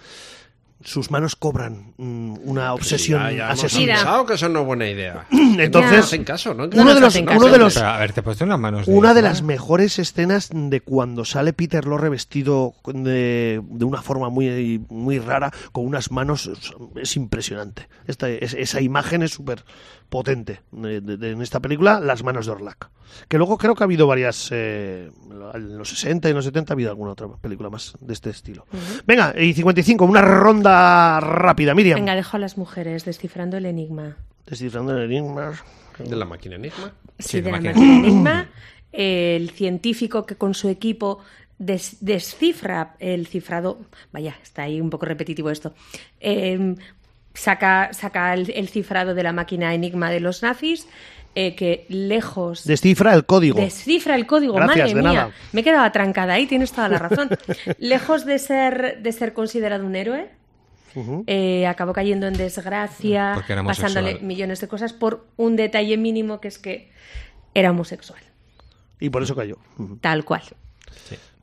Speaker 1: sus manos cobran mm, una obsesión
Speaker 6: Ya, ya hemos
Speaker 1: asesina.
Speaker 6: avisado que eso no es buena idea.
Speaker 1: Entonces,
Speaker 6: en caso, ¿no?
Speaker 1: uno de los-
Speaker 6: No,
Speaker 1: uno de los-
Speaker 2: Pero, a ver, te he puesto en las manos. Pues de-
Speaker 1: Una de las mejores escenas de cuando sale Peter Lorre vestido de, de una forma muy, muy rara, con unas manos, es- es impresionante. Esta, es- esa imagen es súper potente de- de- de- en esta película, Las manos de Orlac. Que luego creo que ha habido varias, eh, en los 60 y en los 70 ha habido alguna otra película más de este estilo. Venga, y 55, una ronda rápida, Miriam.
Speaker 3: Venga, dejo a las mujeres descifrando el enigma.
Speaker 1: Descifrando el enigma.
Speaker 6: De la máquina enigma.
Speaker 3: Sí,
Speaker 2: de
Speaker 3: de la
Speaker 2: máquina.
Speaker 3: máquina enigma. El científico que con su equipo des- descifra el cifrado. Vaya, está ahí un poco repetitivo esto. Eh, saca saca el, el cifrado de la máquina enigma de los nazis, eh, que lejos.
Speaker 1: Descifra el código.
Speaker 3: Descifra el código,
Speaker 1: Gracias,
Speaker 3: madre
Speaker 1: de
Speaker 3: mía.
Speaker 1: nada.
Speaker 3: Me he quedado atrancada ahí, tienes toda la razón. Lejos de ser, de ser considerado un héroe, eh, acabó cayendo en desgracia,
Speaker 2: Mm, Porque era homosexual.
Speaker 3: pasándole millones de cosas por un detalle mínimo que es que era homosexual.
Speaker 1: Y por eso cayó. Ujú.
Speaker 3: Tal cual.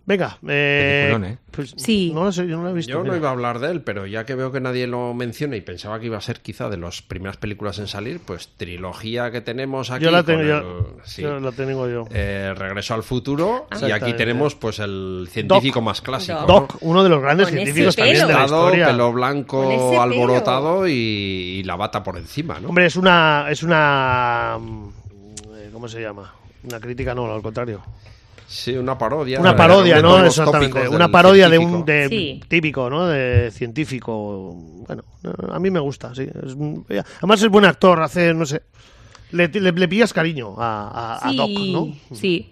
Speaker 1: Venga, eh,
Speaker 2: Peliculón, ¿eh?
Speaker 1: pues,
Speaker 3: Sí.
Speaker 1: No lo sé, yo no lo he visto.
Speaker 6: Yo no
Speaker 1: mira.
Speaker 6: iba a hablar de él, pero ya que veo que nadie lo menciona y pensaba que iba a ser quizá de las primeras películas en salir, pues trilogía que tenemos aquí.
Speaker 1: Yo la
Speaker 6: con
Speaker 1: tengo yo.
Speaker 6: el- sí.
Speaker 1: Yo la tengo yo.
Speaker 6: Eh, regreso al futuro
Speaker 3: Ah.
Speaker 6: y aquí
Speaker 1: Exactamente.
Speaker 6: tenemos pues el científico más clásico. ¿no?
Speaker 1: Doc, uno de los grandes
Speaker 3: Con ese
Speaker 1: científicos también de la
Speaker 6: Dado,
Speaker 1: historia.
Speaker 6: pelo
Speaker 3: Con ese
Speaker 6: blanco
Speaker 3: pelo.
Speaker 6: alborotado y, y la bata por encima, ¿no?
Speaker 1: Hombre, es una es una mm, eh, ¿cómo se llama? Una crítica no, al contrario.
Speaker 6: Sí, una parodia.
Speaker 1: Una
Speaker 6: de-
Speaker 1: parodia,
Speaker 6: de todos
Speaker 1: ¿no?
Speaker 6: los
Speaker 1: Exactamente,
Speaker 6: tópicos
Speaker 1: una
Speaker 6: del
Speaker 1: parodia de un
Speaker 6: científico.
Speaker 1: de
Speaker 3: Sí.
Speaker 1: típico, ¿no? De científico. Bueno, a mí me gusta, sí. Es un- además es buen actor, hace no sé. Le, le- le pillas cariño a, a- a
Speaker 3: sí,
Speaker 1: Doc, ¿no?
Speaker 3: sí.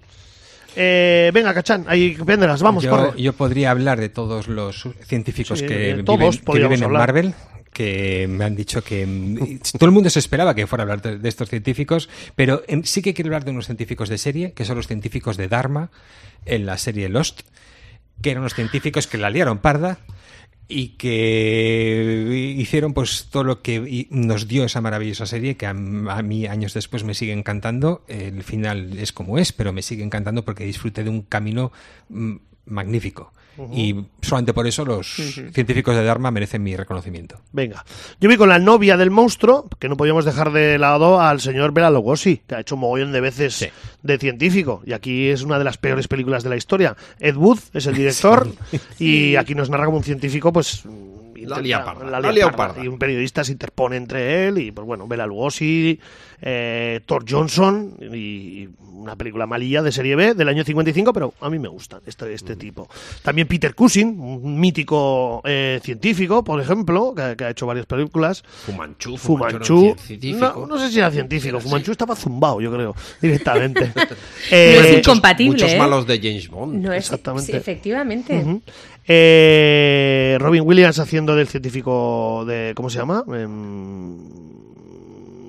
Speaker 1: Eh, venga, Cachán, ahí véndelas, vamos,
Speaker 2: yo,
Speaker 1: corre.
Speaker 2: yo podría hablar de todos los científicos
Speaker 1: Sí, de
Speaker 2: que, viven,
Speaker 1: todos
Speaker 2: que
Speaker 1: podríamos
Speaker 2: viven en
Speaker 1: hablar.
Speaker 2: Marvel que me han dicho que mm, todo el mundo se esperaba que fuera a hablar de, de estos científicos, pero em, sí que quiero hablar de unos científicos de serie, que son los científicos de Dharma en la serie Lost, que eran unos científicos que la liaron parda y que hicieron pues todo lo que y- nos dio esa maravillosa serie que a, m- a mí años después me sigue encantando el final es como es pero me sigue encantando porque disfruté de un camino mm, magnífico y solamente por eso los científicos de Dharma merecen mi reconocimiento
Speaker 1: Venga. Yo vi con la novia del monstruo, que no podíamos dejar de lado al señor Bela Lugosi, que ha hecho un mogollón de veces
Speaker 2: Sí.
Speaker 1: de científico. Y aquí es una de las peores películas de la historia. Ed Wood es el director y aquí nos narra como un científico, pues... intenta-
Speaker 6: lía parda, la
Speaker 1: lía
Speaker 6: lía
Speaker 1: parda.
Speaker 6: parda.
Speaker 1: Y un periodista se interpone entre él y, pues bueno, Bela Lugosi, eh, Thor Johnson y una película malilla de serie B del año 55, pero a mí me gusta este, este tipo. También Peter Cushing, un mítico eh, científico, por ejemplo, que, que ha hecho varias películas.
Speaker 6: Fumanchu,
Speaker 1: Fumanchu. No,
Speaker 6: científico.
Speaker 1: no sé si era científico. Fumanchu estaba zumbado, yo creo, directamente.
Speaker 3: No es
Speaker 1: Eh,
Speaker 3: incompatible. Compatible,
Speaker 6: Muchos
Speaker 3: ¿eh?
Speaker 6: malos de James Bond.
Speaker 3: No es,
Speaker 1: Exactamente.
Speaker 3: sí, efectivamente.
Speaker 1: Ujú. Eh, Robin Williams haciendo del científico de. ¿Cómo se llama? Em,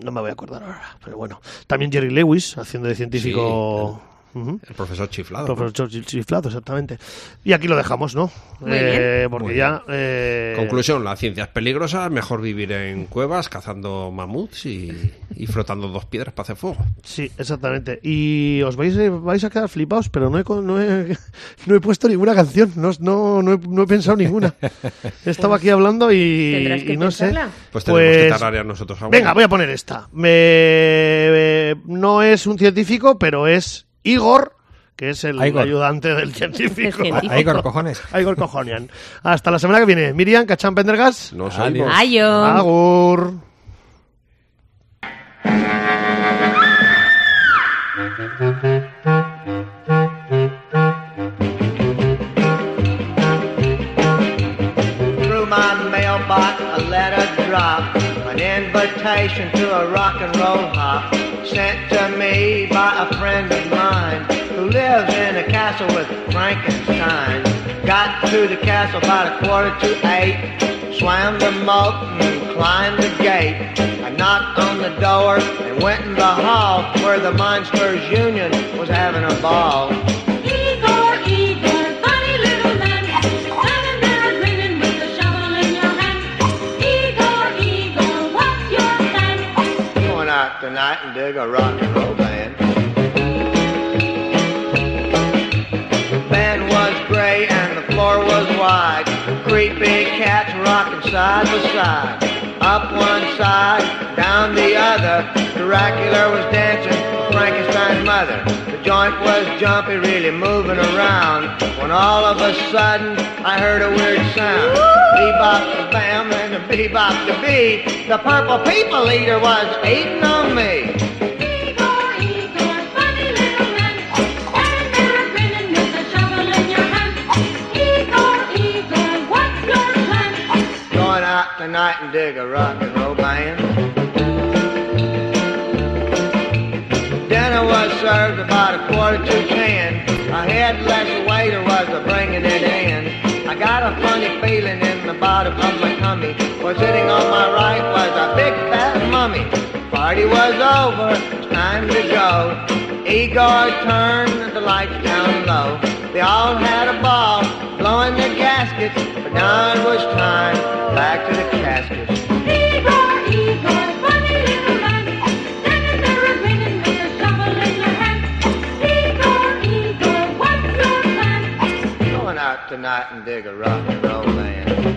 Speaker 1: no me voy a acordar ahora, pero bueno. También Jerry Lewis haciendo de científico. Ujú.
Speaker 6: El profesor chiflado. ¿no?
Speaker 1: Profesor Churchill chiflado, exactamente. Y aquí lo dejamos, ¿no?
Speaker 3: Muy
Speaker 1: Porque
Speaker 6: Muy
Speaker 1: ya. eh,
Speaker 6: Conclusión, la ciencia es peligrosa, mejor vivir en cuevas cazando mamuts y, y frotando dos piedras para hacer fuego.
Speaker 1: Sí, exactamente. Y os vais, eh, vais a quedar flipados, pero no he, con- no he, no he puesto ninguna canción. No, os- no, no, he, no he pensado ninguna. Estaba aquí hablando y,
Speaker 3: Tendrás que
Speaker 1: y no sé.
Speaker 3: pensarla.
Speaker 6: Pues tenemos que
Speaker 1: Pues-
Speaker 6: tararear nosotros ahora.
Speaker 1: Venga, voy a poner esta. Me- eh, no es un científico, pero es Igor, que es el
Speaker 2: Igor.
Speaker 1: ayudante del científico.
Speaker 3: El científico.
Speaker 2: ahí con cojones
Speaker 1: Igor Cojonian. Hasta la semana que viene. Miriam, Cachán Pendergas.
Speaker 6: Nos
Speaker 2: Adiós.
Speaker 6: oímos.
Speaker 3: Ayo.
Speaker 1: Ah, Agur.
Speaker 8: Through my mailbox, a letter dropped, an invitation to a rock and roll hop, sent to me by a friend of mine who lives in a castle with Frankenstein. Got to the castle about a quarter to eight, swam the moat and climbed the gate. I knocked on the door and went in the hall where the Monsters Union was having a ball.
Speaker 9: Igor, Igor, funny little man, standing there grinning with a shovel in your hand. Igor, Igor, what's your plan?
Speaker 8: Going out tonight and dig a rock and roll band. bed was gray and the floor was wide. Creepy cats rocking side by side. up one side, down the other. Dracula was dancing with Frankenstein's mother. The joint was jumpy, really moving around. When all of a sudden I heard a weird sound. Bebop the bam and the bebop the bee. The purple people eater was eating on me.
Speaker 9: Igor, Igor, funny little man, standing there grinning with a shovel in your hand. Igor, Igor, what's your plan?
Speaker 8: Going out tonight and dig a rock and roll band. Dinner was served about a quarter to ten. I had less waiter was a bringing it in. I got a funny feeling in the bottom of my tummy. For sitting on my right was a big fat mummy. Party was over, it's time to go. Igor turned the lights down low. They all had a ball, blowing their gaskets. But now it was time back to the caskets.
Speaker 9: Igor, Igor, funny little man, standing there grinning with a shovel in your hand. Igor, Igor, what's your plan?
Speaker 8: Going out tonight and dig a rock and roll band.